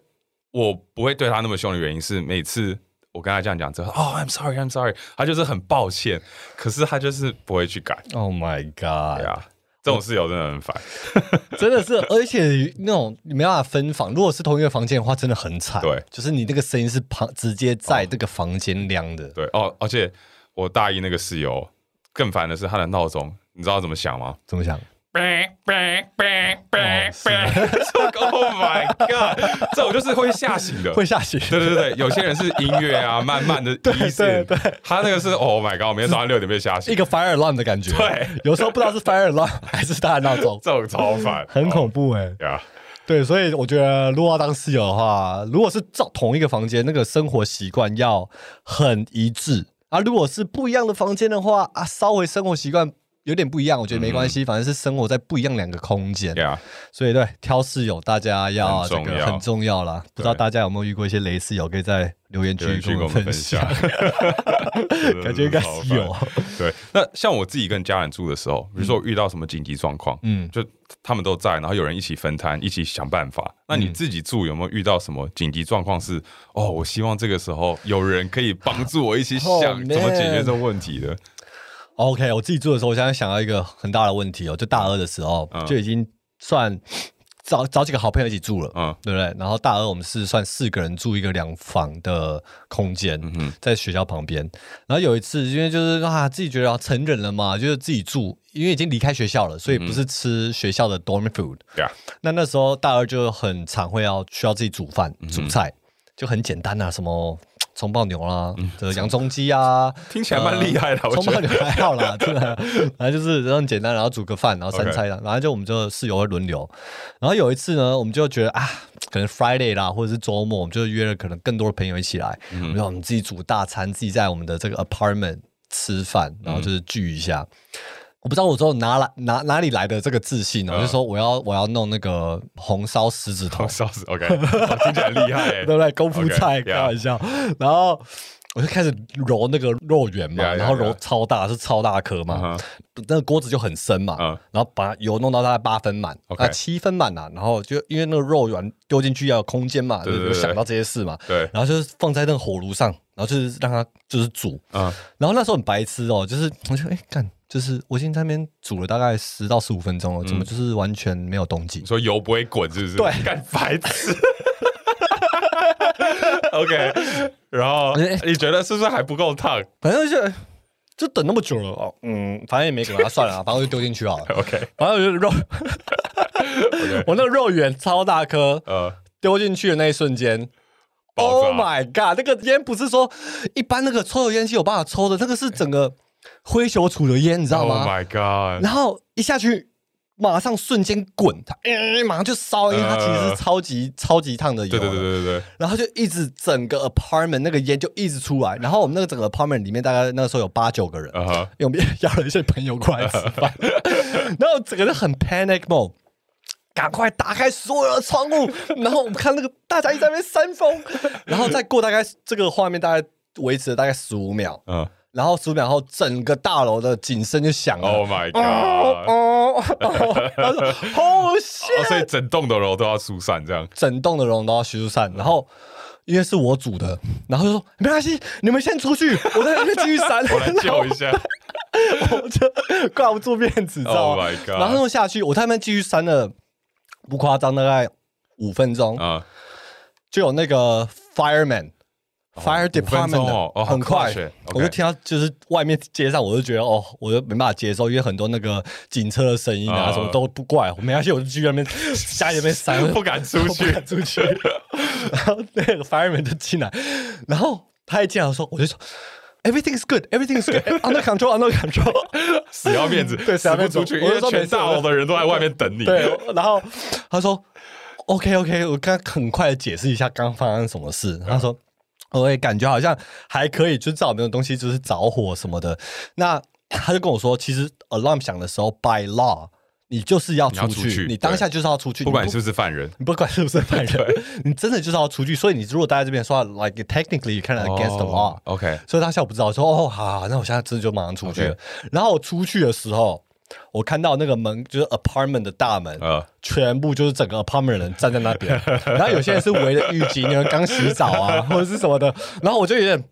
B: 我不会对他那么凶的原因是，每次我跟他这样讲之后，哦、i m sorry，I'm sorry，他就是很抱歉，可是他就是不会去改。
A: Oh my
B: 对
A: god！
B: 啊，这种室友真的很烦。
A: 真的是，而且那种你没办法分房，如果是同一个房间的话，真的很惨。
B: 对
A: 就是你那个声音是旁直接在这个房间亮的。
B: 对哦，而且我大一那个室友更烦的是他的闹钟，你知道怎么响吗？ *laughs*
A: 怎么想？
B: bang bang bang bang
A: 哦是
B: bang，Oh my god！这种就是会吓醒的，
A: 会。下雪？
B: 对对对对，有些人是音乐啊，慢慢的一线，
A: *laughs* 对对
B: 他那个是 Oh my god！每天早上六点被吓
A: 一
B: 醒，
A: 个 fire alarm 的感觉。
B: 对，
A: 有时候不知道是 fire alarm 还是大的闹钟，
B: 这种超烦，
A: *laughs*
B: 哦
A: 很恐怖哎、
B: 怖呀！
A: 对，所以我觉得如果要当室友的话，如果是照同一个房间，那个生活习惯要很一致啊。如果是不一样的房间的话啊，稍微生活习惯有点不一样，我觉得没关系，
B: 嗯
A: 反正是生活在不一样两个空间。
B: 呀，
A: 所以对挑室友，大家要
B: 很
A: 这
B: 重
A: 个
B: 要
A: 很重要啦。不知道大家有没有遇过一些雷室友，可以在留言
B: 有
A: 区
B: 人去
A: 跟
B: 跟
A: 我
B: 我
A: 们分
B: 们分
A: 享，
B: 享。*laughs*
A: *laughs*
B: 真的
A: 感觉应该
B: 超
A: 是
B: 烦
A: 有。
B: 对，那像我自己跟家人住的时候，比如说遇到什么紧急状况，
A: 嗯
B: 嗯，就他们都在，然后有人一起分摊，一起想办法。那
A: 嗯
B: 你自己住有没有遇到什么紧急状况是？哦，我希望这个时候有人可以帮助我
A: *laughs*
B: 一起
A: Oh,
B: 想怎么解决
A: man
B: 这个问题的。
A: OK，我自己住的时候，我现在想到一个很大的问题哦，就大二的时候、
B: 嗯
A: 就已经算找找几个好朋友一起住了，
B: 嗯
A: 对不对？然后大二我们是算四个人住一个两房的空间，
B: 哼
A: 在学校旁边。然后有一次，因为就是啊，自己觉得成人了嘛，就是自己住，因为已经离开学校了，所以不是吃学校的 dorm food，、
B: 对啊，
A: 那那时候大二就很常会要需要自己煮饭、
B: 嗯
A: 煮菜，就很简单啊，什么葱爆牛啦、这个洋葱鸡啊，
B: 嗯 *laughs* 听起来蛮厉害的
A: 呃
B: 我
A: 葱
B: 觉
A: 爆
B: 得
A: 牛还好啦，真的，反正就是很简单，然后煮个饭，然后三菜啦然后就我们就室友会轮流。然后有一次呢，我们就觉得啊，可能 Friday 啦，或者是周末，我们就约了可能更多的朋友一起来，
B: 嗯
A: 我们让我们自己煮大餐，自己在我们的这个 apartment 吃饭，然后
B: 嗯
A: 就是聚一下。我不知道我之后哪来哪哪里来的这个自信呢、我
B: 嗯
A: 就说我要我要弄那个红烧狮子头
B: 我， *laughs* 笑死，OK，哦
A: *laughs*
B: 听起来很厉害欸
A: 对不对？功夫菜
B: OK，yeah
A: 开玩笑，然后我就开始揉那个肉圆嘛
B: Yeah，yeah，
A: 然后揉
B: yeah
A: 超大，是超大颗嘛
B: 嗯
A: 那个锅子就很深嘛
B: 嗯
A: 然后把油弄到大概八分满
B: OK
A: 啊七分满呐，然后就因为那个肉圆丢进去要有空间嘛，
B: 对对
A: 有
B: 对对
A: 想到这些事嘛，
B: 欸对
A: 然后就是放在那个火炉上，然后就是让它就是煮，
B: 嗯
A: 然后那时候很白痴哦，就是我就哎干，就是我已经在那边煮了大概十到十五分钟了，
B: 嗯
A: 怎么就是完全没有动静
B: 你？说油不会滚是不是？
A: 对
B: *laughs* 干白痴。OK，然后
A: 哎
B: 你觉得是不是还不够烫
A: 反正就就等那么久了哦，嗯，反正也没给他算了啊，
B: *laughs*
A: 反正我就丢进去好了。
B: ？OK，
A: 反正我就肉，我那个肉圆超大颗，
B: 呃，
A: 丢进去的那一瞬间
B: 爆炸
A: ，Oh my god！那个烟不是说一般那个抽油烟机有办法抽的，那个是整个灰球杵的烟，你知道
B: Oh
A: 吗
B: my god！
A: 然后一下去，马上瞬间滚，它、呃马上就烧，因为它其实是
B: 呃
A: 超级、超级烫的油。啊
B: 对对对对对对，
A: 然后就一直整个 apartment 那个烟就一直出来，然后我们那个整个 apartment 里面大概那个时候有八九个人，
B: 啊哈，
A: 因为我们邀了一些朋友过来吃饭，然后整个就很 panic mode。赶快打开所有的窗户，然后我们看那个大家一直在那边扇风，然后再过大概这个画面大概维持了大概十五秒，
B: 嗯
A: 然后十五秒后整个大楼的警声就响了。
B: ，Oh my
A: *laughs* 哦
B: god！
A: 哦哦！他说：“哦，
B: *laughs* 哦，所
A: shit！”
B: 以整栋的楼都要疏散
A: *laughs*
B: 这样。
A: 整栋的人都要徐疏散，然后因为是我煮的，然后就说没关系，你们先出去，我在那边继续扇，
B: 我来救一下，
A: 我就挂不住面子，知道
B: Oh
A: 吗
B: my god
A: 然后又下去，我在那边继续删了，不夸张，大概五分钟，
B: 啊
A: 就有那个 fireman fire
B: 分
A: department
B: 钟
A: 的
B: 哦哦
A: 很
B: 很
A: 快
B: 快学，OK
A: 我就听到就是外面街上，我就觉得哦，我就没办法接受，因为很多那个警车的声音啊，
B: 啊
A: 什么都不怪，我没关系，我就去那边家里面塞，
B: *laughs* 不敢出去
A: *laughs* 我不敢出去。然后那个 fireman 就进来，然后他一进来的时候，我就说 everything is good, everything is good, under control, under control。
B: 死要面子，
A: 对死要
B: 死
A: 面
B: 不
A: 子
B: 出去，因
A: 我就
B: 为
A: 说没
B: 全
A: 事
B: 大
A: 我
B: 楼的人都在外面等你。
A: 对，然后他说 OK OK，我 *laughs* 跟他很快的解释一下刚发生什么事。
B: 嗯
A: 他说我也感觉好像还可以，就至少没有东西就是着火什么的。
B: 嗯
A: 那他就跟我说，其实 alarm 响的时候，by law 你就是要
B: 你要
A: 出去，
B: 出去
A: 当下
B: 对
A: 就是要出去，
B: 不管
A: 你
B: 你是不是犯人，
A: *laughs* 你不管是不是
B: *laughs*
A: 犯人，你真的就是要出去。所以你如果待在这边的话，like technically you kind of against the law、
B: 哦 OK，
A: 所以他下午不知道，我说哦，好好，好那我现在真的就马上出去了。然后我出去的时候，我看到那个门就是 apartment 的大门， *laughs*
B: 呃，
A: 全部就是整个 apartment 的人站在那边， *laughs* 然后有些人是围着浴巾，因为刚洗澡啊， *laughs* 或者是什么的。然后我就有点，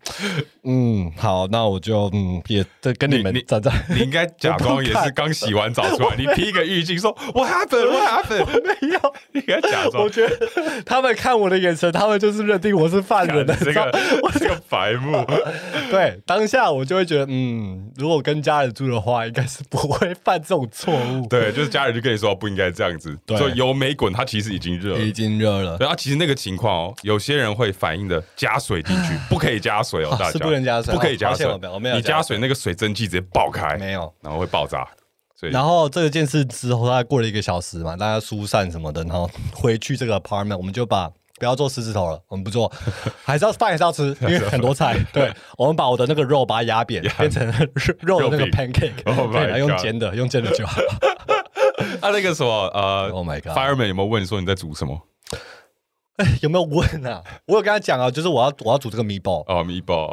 A: 嗯，好，那我就嗯，也这跟你们
B: 你你
A: 站在。
B: 你应该假装也
A: 我不
B: 是
A: 敢
B: 刚洗完澡
A: *laughs*
B: 出来，你披一个浴巾说 What happened? What happened? *laughs*
A: 没有，
B: 你应该假装
A: *laughs* 我。觉得他们看我的眼神，他们就是认定我是犯人的。
B: *laughs* 这
A: 你知道
B: 个这个白目，
A: *laughs* 对，当下我就会觉得，嗯，如果跟家人住的话，应该是不会犯这种错误。
B: 对，就是家人就跟你说不应该这样子，
A: 对
B: 所以油没滚，它其实已经热了
A: 已。经热了，
B: 然后啊其实那个情况哦，有些人会反应的加水进去，不可以
A: *laughs*
B: 加水哦，
A: 啊
B: 大家
A: 是不能加水
B: 不可以
A: 哦
B: 加
A: 抱歉
B: 水
A: 我没有我没，有
B: 你
A: 加
B: 加水那个水蒸气直接爆开，
A: 没有。
B: 然后会爆炸。所以
A: 然后这件事之后，大概过了一个小时嘛，大家疏散什么的，然后回去这个 apartment，我们就把不要做狮子头了，我们不做， *laughs* 还是要饭还是要
B: *laughs*
A: 吃，因为很多菜。对，我们把我的那个肉把它压扁，变成肉的那个
B: 肉饼
A: pancake，
B: Oh my
A: 对，然后用
B: God
A: 煎的，用煎的就好。 *laughs*
B: 啊，那个什么呃
A: Oh my god
B: ，fireman 有没有问说你在煮什么？
A: 哎有没有问啊？我有跟他讲啊，就是我要我要煮这个 meatball，meatball，、
B: 哦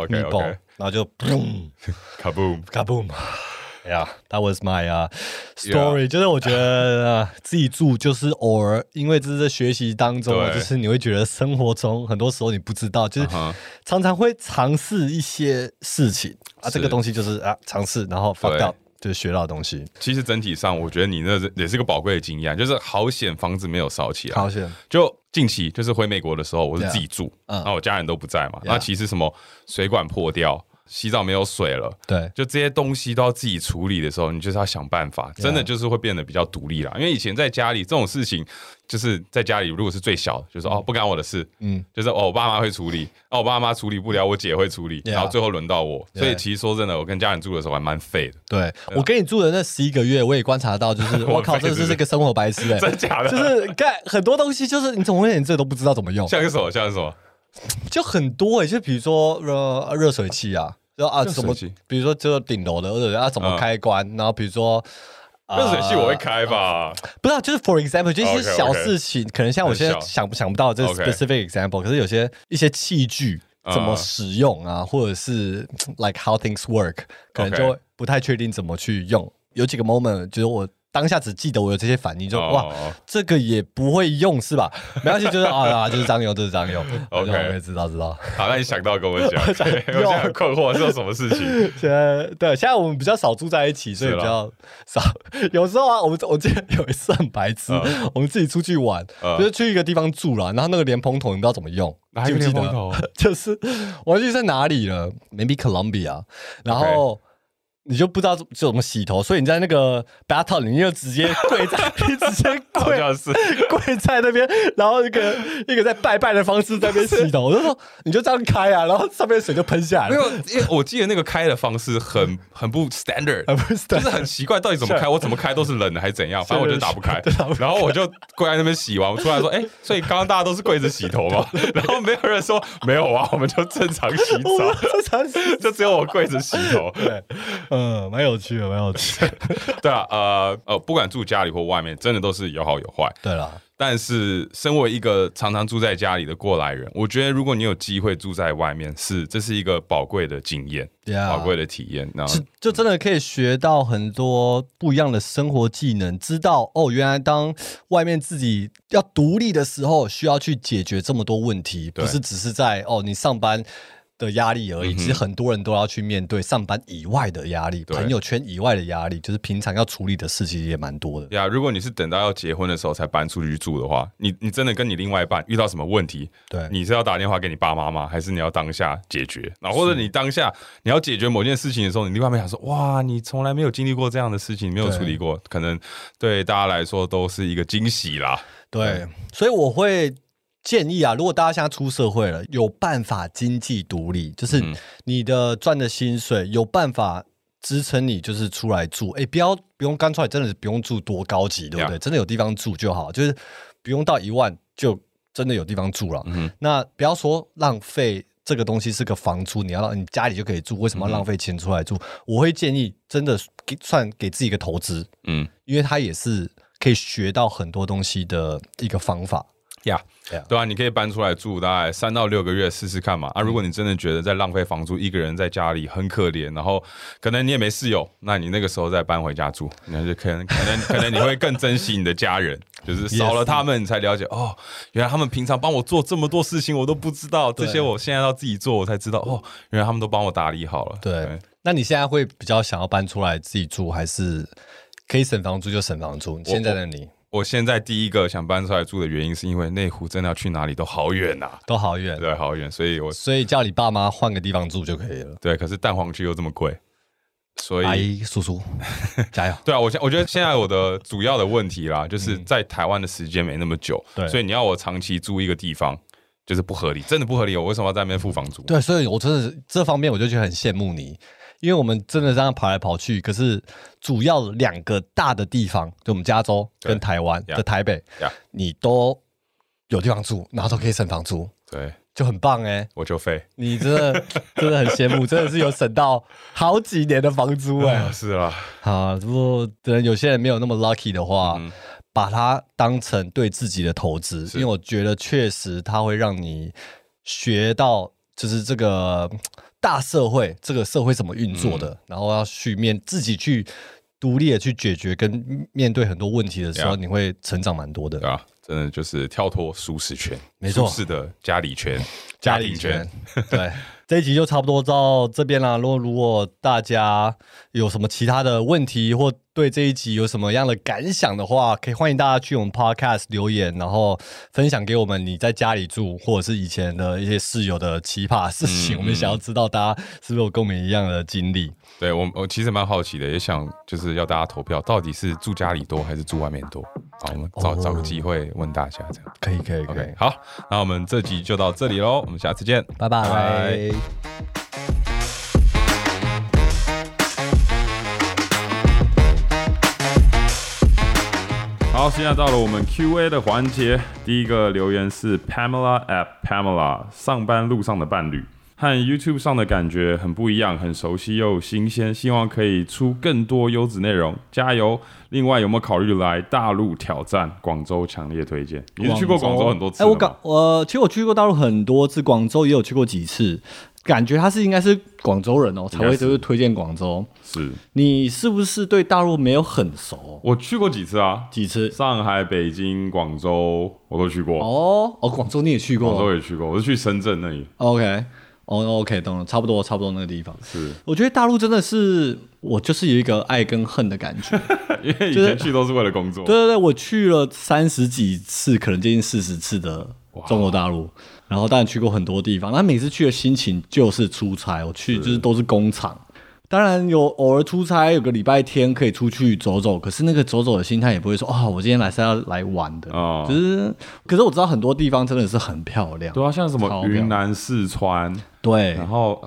B: ，meatball，OK OK，
A: 然后就砰。
B: 卡布，
A: kaboom。Yeah, that was my uh, story. 就是我觉得、呃、自己住就是偶尔，因为这是在学习当中，啊
B: 对
A: 就是你会觉得生活中很多时候你不知道，就是
B: 嗯哼
A: 常常会尝试一些事情啊，
B: 是
A: 这个东西就是啊尝试，然后 fuck
B: 对
A: 掉就是学到的东西。
B: 其实整体上，我觉得你那是也是个宝贵的经验，就是好险房子没有烧起来。
A: 好险，
B: 就近期就是回美国的时候，我是
A: Yeah
B: 自己住，
A: 嗯
B: 然后我家人都不在嘛。
A: Yeah
B: 那其实什么水管破掉，洗澡没有水了，
A: 对
B: 就这些东西都要自己处理的时候，你就是要想办法，真的就是会变得比较独立啦。因为以前在家里这种事情，就是在家里如果是最小的，就是哦不干我的事，
A: 嗯
B: 嗯，就是哦我爸妈会处理，哦我爸妈处理不了，我姐会处理，
A: Yeah
B: 然后最后轮到我。
A: Yeah
B: 所以其实说真的，我跟家人住的时候还蛮废的，
A: 对，我跟你住的那十一个月，我也观察到，就是
B: *laughs* 我
A: 我靠，
B: 被
A: 这
B: 子
A: 是一个生活白痴哎、
B: *laughs* 真假的？
A: 就是干很多东西，就是你怎么会连这都不知道怎么用？
B: 像是什么像是什么
A: 就很多诶、欸就比如说呃热水器啊，就啊
B: 热水
A: 什么
B: 器，
A: 比如说这顶楼的热水器啊怎么
B: 嗯
A: 开关，然后比如说。呃
B: 热水器我会，开吧？
A: 不知道，就是 for example，就一些
B: OK，OK
A: 小事情可能像我现在
B: 很小
A: 想不想不到这
B: OK
A: specific example，可是有些一些器具
B: 嗯
A: 怎么使用啊，或者是 like how things work，可能
B: OK
A: 就不太确定怎么去用。有几个 moment，就是我当下只记得我有这些反应， *laughs* 就
B: 哦
A: 哇，这个也不会用是吧？没关系，就是啊啊，就是张油，就是张油
B: *laughs* OK
A: 我就会知道知道。
B: 好，那你想到跟我
A: *laughs*
B: 讲， *laughs* 我现在很困惑，是有什么事情？
A: 现在对，现在我们比较少住在一起，所以
B: 是
A: 比
B: 啦
A: 较少。有时候啊，我们我记得有一次很白痴，
B: 嗯
A: 我们自己出去玩，
B: 嗯
A: 就是去一个地方住了，然后那个莲蓬头你不知道怎么用，
B: 哪
A: 记
B: 一
A: 不
B: 个
A: 记
B: 莲蓬
A: 得
B: 头？
A: *laughs* 就是我忘记在哪里了，maybe Colombia，然后。你就不知道怎就怎么洗头，所以你在那个 bathtub 里面就直接跪
B: *laughs*
A: 在，你直接
B: 好
A: 跪
B: 像是
A: 跪在那边，然后一个一个在拜拜的方式在那边洗头，我就说你就这样开啊，然后上面的水就喷下来
B: 没
A: 了，
B: 有，因为我记得那个开的方式很很不 standard，
A: 很不是
B: 就是很奇怪，到底怎么开？我怎么开都是冷的，还是怎样？反正我就打不开
A: 是是是打不。开
B: 然后我就跪在那边洗完，我出来说：“哎，所以刚刚大家都是跪着洗头嘛？”然后没有人说没有啊，我们就正常洗
A: *laughs* 我们
B: 澡，
A: 这才是
B: 就只有我跪着洗头。
A: *laughs* 对，嗯，蛮有趣的，蛮有趣的。
B: 对啊，呃呃，不管住家里或外面，真的都是有好有坏。
A: *laughs* 对啦，
B: 但是，身为一个常常住在家里的过来人，我觉得如果你有机会住在外面，是这是一个宝贵的经验
A: Yeah
B: 宝贵的体验。然后
A: 是就真的可以学到很多不一样的生活技能，知道哦，原来当外面自己要独立的时候，需要去解决这么多问题，
B: 对
A: 不是只是在哦，你上班。的压力而已，
B: 嗯哼
A: 其实很多人都要去面对上班以外的压力，
B: 对
A: 朋友圈以外的压力，就是平常要处理的事情也蛮多的。
B: 呀如果你是等到要结婚的时候才搬出去住的话，你你真的跟你另外一半遇到什么问题，
A: 对
B: 你是要打电话给你爸妈吗？还是你要当下解决？然后或者你当下你要解决某件事情的时候，你另外一半想说，哇，你从来没有经历过这样的事情，没有
A: 对
B: 处理过，可能对大家来说都是一个惊喜啦。
A: 对，所以我会建议啊，如果大家现在出社会了，有办法经济独立，就是
B: 嗯
A: 你的赚的薪水有办法支撑你，就是出来住，哎，不要不用干出来，真的是不用住多高级，对不对？真的有地方住就好，就是不用到一万就真的有地方住了。
B: 嗯
A: 那不要说浪费。这个东西是个房租，你要让你家里就可以住，为什么
B: 嗯
A: 要浪费钱出来住？我会建议，真的给算给自己一个投资，
B: 嗯，
A: 因为它也是可以学到很多东西的一个方法。
B: 呀、
A: 对啊
B: 对啊，你可以搬出来住大概三到六个月试试看嘛。
A: 嗯
B: 啊，如果你真的觉得在浪费房租，一个人在家里很可怜，然后可能你也没室友，那你那个时候再搬回家住，那就
A: *laughs*
B: 可能可能可能你会更珍惜你的家人，就是少了他们，你才了解哦，原来他们平常帮我做这么多事情，我都不知道，这
A: 对
B: 些我现在要自己做，我才知道哦，原来他们都帮我打理好了。
A: 对，那你现在会比较想要搬出来自己住，还是可以省房租就省房租？现在的你
B: 我现在第一个想搬出来住的原因，是因为内湖真的要去哪里都好远呐、
A: 都好远，
B: 对，啊好远，所以我
A: 所以叫你爸妈换个地方住就可以了。
B: 对，可是蛋黄区又这么贵，所以
A: 阿姨、叔叔，加油！
B: 对啊，我现我觉得现在我的主要的问题啦，就是在台湾的时间没那么久，
A: 嗯对
B: 所以你要我长期租一个地方，就是不合理，真的不合理。我为什么要在那边付房租？
A: 对，所以我真的是这方面我就觉得很羡慕你，因为我们真的这样跑来跑去，可是主要两个大的地方，就我们加州
B: 对
A: 跟台湾
B: Yeah
A: 的台北
B: Yeah
A: 你都有地方住，然后都可以省房租，
B: 对，
A: 就很棒哎、
B: 我就废。
A: 你真的真的很羡慕，真的是有省到好几年的房租哎、 *laughs*
B: 啊 *laughs* 是啊，
A: 啊，如果可能有些人没有那么 lucky 的话，把它当成对自己的投资，因为我觉得确实它会让你学到，就是这个嗯大社会，这个社会怎么运作的，然后要去面自己去独立的去解决跟面对很多问题的时候，
B: Yeah
A: 你会成长蛮多的。
B: 对啊，真的就是跳脱舒适圈，
A: 没错
B: 舒适的家里圈，
A: 家
B: 庭
A: 里圈。 *laughs* 对，这一集就差不多到这边啦。如果如果大家有什么其他的问题，或对这一集有什么样的感想的话，可以欢迎大家去我们 Podcast 留言，然后分享给我们你在家里住，或者是以前的一些室友的奇葩事情。
B: 嗯
A: 我们想要知道大家是不是有跟我们一样的经历。
B: 对我我其实蛮好奇的，也想就是要大家投票，到底是住家里多还是住外面多？好，我们找、
A: 哦
B: 找个机会问大家这样。
A: 可以，可以，可以。
B: OK，好，那我们这集就到这里喽，我们下次见，
A: 拜拜。
B: 拜
D: 好，现在到了我们 Q&A 的环节。第一个留言是 Pamela at Pamela，上班路上的伴侣，和 YouTube 上的感觉很不一样，很熟悉又新鲜，希望可以出更多优质内容，加油！另外，有没有考虑来大陆挑战？广州强烈推荐。你是去过广州很多次
E: 哎、
D: 了
E: 我
D: 吗？
E: 广呃，其实我去过大陆很多次，广州也有去过几次，感觉他是应该是广州人哦，才
D: 应
E: 会
D: 该是
E: 就是推荐广州。
D: 是
E: 你是不是对大陆没有很熟？
D: 我去过几次啊，
E: 几次？
D: 上海、北京、广州我都去过，
E: 哦哦，广州你也去
D: 广州
E: 过
D: 也去过，我是去深圳那里。
E: ？OK，哦 OK，懂了，差不多差不多那个地方。 *laughs*
D: 是
E: 我觉得大陆真的是，我就是有一个爱跟恨的感觉。
D: 因为以前去都是为了工作。
E: 对对对，我去了三十几次，可能接近四十次的中国大陆，然后当然去过很多地方。那每次去的心情就是出差，我去就是都是工厂。当然有偶尔出差，有个礼拜天可以出去走走，可是那个走走的心态也不会说啊、我今天来是要来玩的，
D: 哦
E: 只是可是我知道很多地方真的是很漂亮，
D: 对啊，啊像什么
E: 超漂亮
D: 云南、四川，
E: 对
D: 然后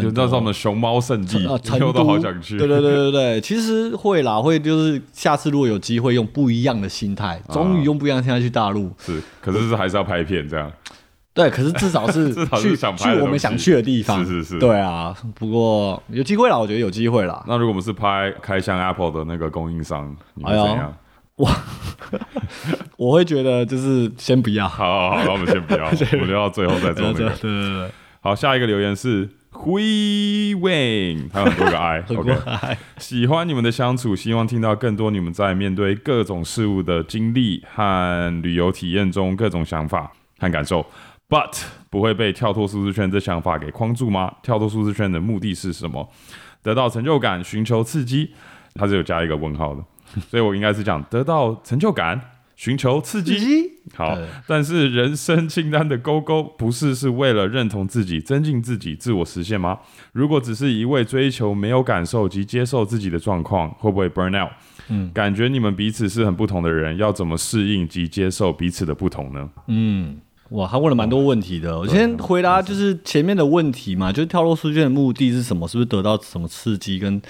D: 有那
E: 哎多
D: 什么熊猫圣地 *laughs*
E: 啊，，成
D: 我都
E: 都
D: 好想去。
E: 对对对对对，其实会啦，会就是下次如果有机会用不一样的心态，
D: 啊
E: 终于用不一样的心态去大陆，
D: *laughs* 是，可是是还是要拍片这样。
E: 对，可是至少
D: *laughs*
E: 是
D: 至少是
E: 去
D: 想拍的
E: 去我
D: 东西
E: 们想去的地方，
D: 是是是
E: 对啊。不过有机会啦，我觉得有机会啦。
D: 那如果我们是拍开箱 Apple 的那个供应商，你会
E: 哎
D: 怎
E: 呦
D: 样？
E: *laughs* 我会觉得就是先不要，
D: 好好好，那我们先不要，
E: *laughs*
D: 我们留到最后再做
E: 对
D: 那
E: 对
D: 个
E: 对。对
D: 好，下一个留言是 Hui Wang，还有很 *laughs* 多个 I。OK，喜欢你们的相处，希望听到更多你们在面对各种事物的经历和旅游体验中各种想法和感受。
B: But 不会被跳脱舒适圈这想法给框住吗？跳脱舒适圈的目的是什么？得到成就感，寻求刺激，它是有加一个问号的，所以我应该是讲得到成就感，寻求刺激。好
F: 对，
B: 但是人生清单的勾勾不是是为了认同自己、增进自己、自我实现吗？如果只是一味追求没有感受及接受自己的状况，会不会 burn out？嗯，感觉你们彼此是很不同的人，要怎么适应及接受彼此的不同呢？
A: 哇，他问了蛮多问题的。我先回答就是前面的问题嘛，就是跳脱书卷的目的是什么？是不是得到什么刺激跟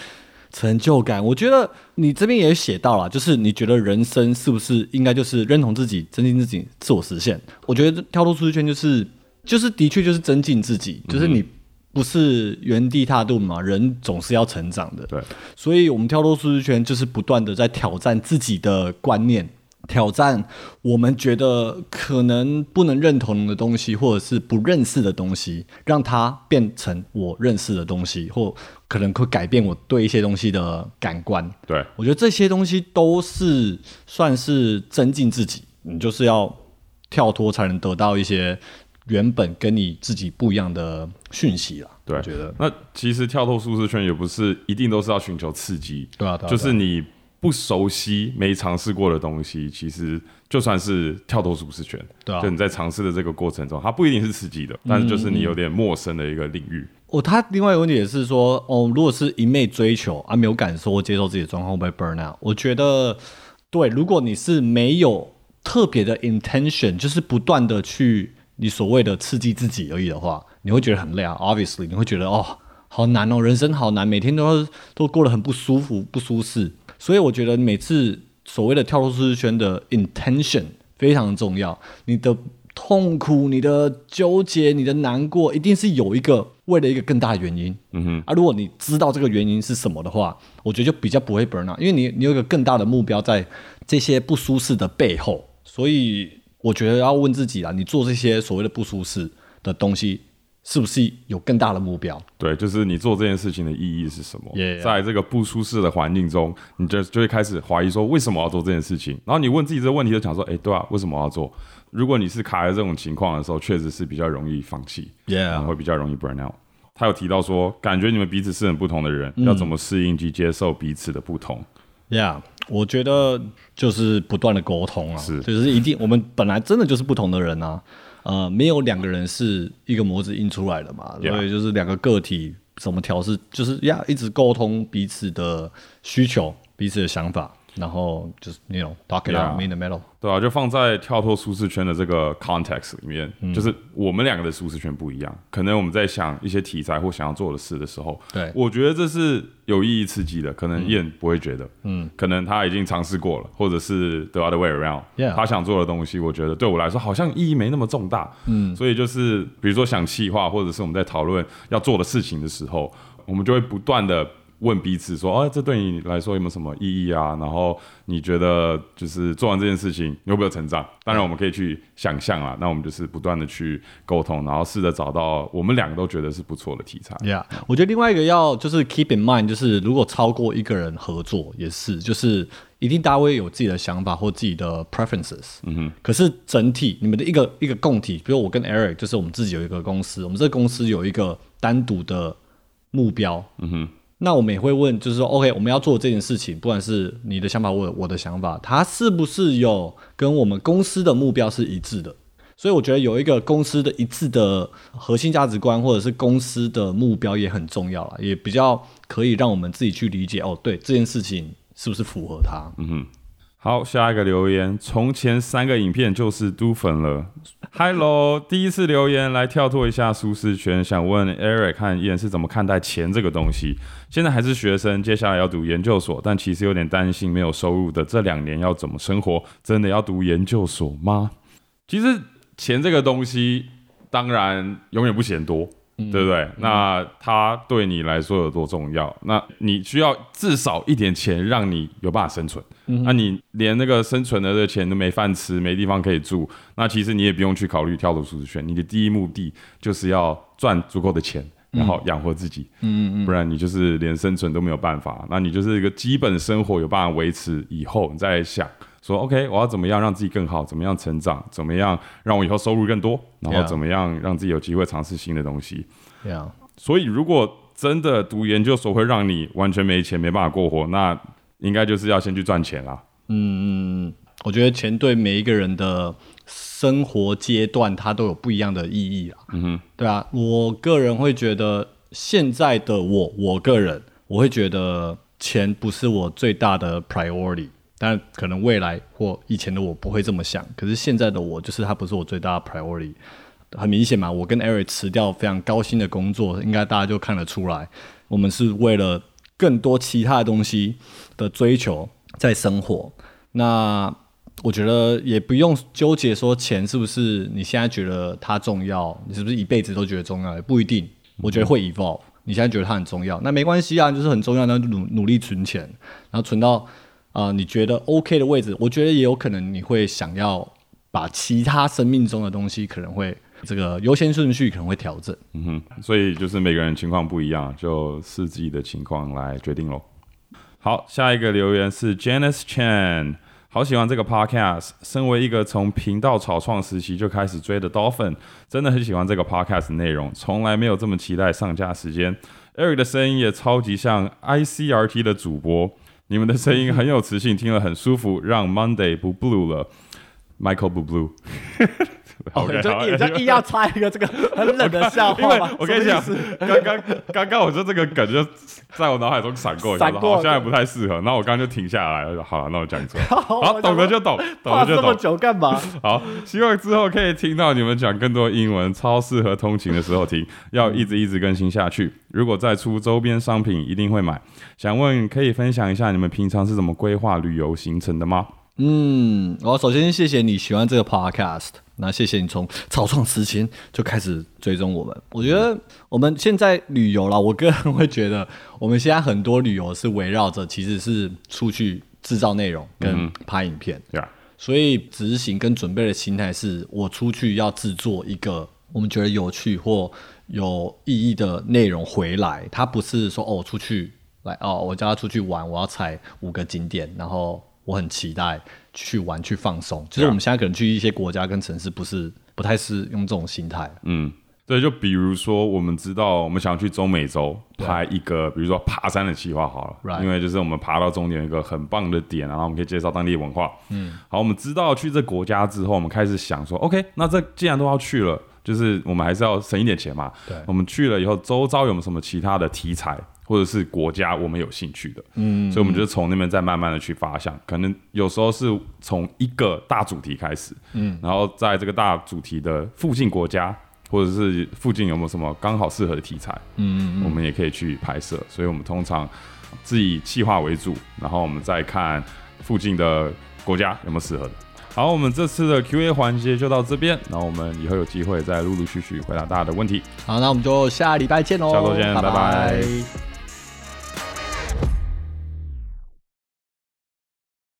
A: 成就感？我觉得你这边也写到了，就是你觉得人生是不是应该就是认同自己、增进自己、自我实现？我觉得跳脱舒适圈就是就是的确就是增进自己，就是你不是原地踏步嘛，人总是要成长的。
B: 对，
A: 所以我们跳脱舒适圈，就是不断的在挑战自己的观念，挑战我们觉得可能不能认同的东西，或者是不认识的东西，让它变成我认识的东西，或可能会改变我对一些东西的感官。
B: 对，
A: 我觉得这些东西都是算是增进自己，你就是要跳脱才能得到一些原本跟你自己不一样的讯息啦。
B: 对，
A: 我觉得
B: 那其实跳脱舒适圈也不是一定都是要寻求刺激，
A: 对啊对啊
B: 就
A: 对
B: 是你不熟悉、没尝试过的东西，其实就算是跳脱舒适圈，
A: 对啊
B: 就你在尝试的这个过程中，它不一定是刺激的，但是就是你有点陌生的一个领域，
A: 哦，他另外一个问题也是说，哦，如果是一昧追求啊，没有感受或接受自己的状况，会不会 burn out？我觉得，对，如果你是没有特别的 intention，就是不断的去你所谓的刺激自己而已的话，你会觉得很累啊。Obviously，你会觉得哦，好难哦，人生好难，每天都要都过得很不舒服、不舒适。所以我觉得每次所谓的跳脱舒适圈的 intention 非常重要，你的痛苦、你的纠结、你的难过，一定是有一个为了一个更大的原因。嗯哼，啊，如果你知道这个原因是什么的话，我觉得就比较不会 burn out，因为你你有一个更大的目标在这些不舒适的背后，所以我觉得要问自己啦，啊你做这些所谓的不舒适的东西，是不是有更大的目标？
B: 对，就是你做这件事情的意义是什么
A: Yeah
B: 在这个不舒适的环境中，你就就会开始怀疑说为什么我要做这件事情，然后你问自己这个问题，就想说，哎、对啊，为什么我要做？如果你是卡在这种情况的时候，确实是比较容易放弃
A: Yeah
B: 然后会比较容易 burn out。他有提到说，感觉你们彼此是很不同的人，要怎么适应及接受彼此的不同？
A: Yeah，我觉得就是不断的沟通啊，
B: 是
A: 就是一定我们本来真的就是不同的人啊，呃，没有两个人是一个模子印出来的嘛
B: Yeah
A: 所以就是两个个体怎么调试，就是呀一直沟通彼此的需求、彼此的想法，然后就是 you know talk it out
B: Yeah
A: meet in the middle。
B: 对啊，就放在跳脱舒适圈的这个 context 里面，
A: 嗯
B: 就是我们两个的舒适圈不一样，可能我们在想一些题材或想要做的事的时候，
A: 对
B: 我觉得这是有意义刺激的，可能燕不会觉得，嗯，可能他已经尝试过了，或者是 the other way around，、
A: Yeah
B: 他想做的东西，我觉得对我来说好像意义没那么重大，嗯，所以就是比如说想企划，或者是我们在讨论要做的事情的时候，我们就会不断的问彼此说，哦，这对你来说有没有什么意义啊？然后你觉得就是做完这件事情，你有没有成长？当然我们可以去想象啊，那我们就是不断的去沟通，然后试着找到我们两个都觉得是不错的题材，
A: Yeah，我觉得另外一个要就是 keep in mind，就是如果超过一个人合作也是，就是一定大家会有自己的想法或自己的 preferences。嗯哼。可是整体你们的一个一个共体，比如我跟 Eric，就是我们自己有一个公司，我们这个公司有一个单独的目标。嗯哼。那我们也会问，就是说，OK，我们要做这件事情，不管是你的想法或我的想法，它是不是有跟我们公司的目标是一致的？所以我觉得有一个公司的一致的核心价值观，或者是公司的目标也很重要了，也比较可以让我们自己去理解哦，对这件事情是不是符合它？
B: 好，下一个留言，从前三个影片就是都粉了。Hello，第一次留言来跳脱一下舒适圈，想问 Eric 和燕是怎么看待钱这个东西？现在还是学生，接下来要读研究所，但其实有点担心没有收入的这两年要怎么生活？真的要读研究所吗？其实钱这个东西，当然永远不嫌多，对不对？那它对你来说有多重要？那你需要至少一点钱，让你有办法生存。那你连那个生存的这个钱都没饭吃，没地方可以住，那其实你也不用去考虑跳脱舒适圈。你的第一目的就是要赚足够的钱，然后养活自己。嗯嗯，不然你就是连生存都没有办法。那你就是一个基本生活有办法维持以后，你再想说 OK，我要怎么样让自己更好，怎么样成长，怎么样让我以后收入更多，然后
A: Yeah
B: 怎么样让自己有机会尝试新的东西。
A: 对啊，
B: 所以，如果真的读研究所会让你完全没钱，没办法过活，那应该就是要先去赚钱啦。
A: 嗯，我觉得钱对每一个人的生活阶段，它都有不一样的意义啊。嗯哼，对啊，我个人会觉得现在的我，我个人我会觉得钱不是我最大的 priority。但可能未来或以前的我不会这么想，可是现在的我就是它不是我最大的 priority。很明显嘛，我跟 Eric 辞掉非常高薪的工作，应该大家就看得出来，我们是为了更多其他的东西的追求在生活。那我觉得也不用纠结说钱是不是你现在觉得它重要，你是不是一辈子都觉得重要，也不一定。我觉
B: 嗯
A: 得会 evolve。你现在觉得它很重要，那没关系啊，就是很重要，那就努努力存钱，然后存到啊、呃你觉得 OK 的位置。我觉得也有可能你会想要把其他生命中的东西可能会这个优先顺序可能会调整。
B: 嗯哼，所以就是每个人情况不一样，就是自己的情况来决定喽。好，下一个留言是 Janice Chan，好喜欢这个 podcast。身为一个从频道草创时期就开始追的 Dolphin，真的很喜欢这个 podcast 内容，从来没有这么期待上架时间。Eric 的声音也超级像 ICRT 的主播，你们的声音很有磁性，听了很舒服，让 Monday 不 blue 了，Michael 不 blue。OK，
A: *laughs*
B: 好
A: 就硬要插一个这个很冷的笑
B: 因为 *laughs* 我跟你讲，刚刚刚刚我就这个梗就在我脑海中闪过，
A: 闪
B: 我想
A: 过
B: 说好像也不太适合，然后我刚刚就停下来了，我说好了，那我讲错， *laughs* 好，
A: 我
B: 懂的就懂，懂的就懂。
A: 久干嘛？
B: 好，希望之后可以听到你们讲更多英文，超适合通勤的时候听，要一直一直更新下去。如果再出周边商品，一定会买。想问，可以分享一下你们平常是怎么规划旅游行程的吗？
A: 嗯，我首先谢谢你喜欢这个 podcast，那谢谢你从草创时期就开始追踪我们。我觉得我们现在旅游啦，我个人会觉得我们现在很多旅游是围绕着其实是出去制造内容跟拍影片，
B: 对吧？
A: 所以执行跟准备的心态是我出去要制作一个我们觉得有趣或有意义的内容回来，它不是说哦我出去来哦我叫他出去玩，我要踩五个景点，然后我很期待去玩去放松。就是我们现在可能去一些国家跟城市不是不太是用这种心态，
B: 嗯，对，就比如说我们知道我们想去中美洲拍一个，比如说爬山的计划好了
A: Right
B: 因为就是我们爬到终点有一个很棒的点，然后我们可以介绍当地文化。嗯，好，我们知道去这国家之后，我们开始想说，OK，那这既然都要去了，就是我们还是要省一点钱嘛。
A: 对
B: 我们去了以后，周遭有没有什么其他的题材？或者是国家我们有兴趣的，嗯，所以我们就从那边再慢慢的去发想，可能有时候是从一个大主题开始，嗯，然后在这个大主题的附近国家，或者是附近有没有什么刚好适合的题材，嗯我们也可以去拍摄。所以我们通常自己企划为主，然后我们再看附近的国家有没有适合的。好，我们这次的 Q&A 环节就到这边，然后我们以后有机会再陆陆续续回答大家的问题。
A: 好，那我们就下礼拜见喽，
B: 下周见拜拜
A: 拜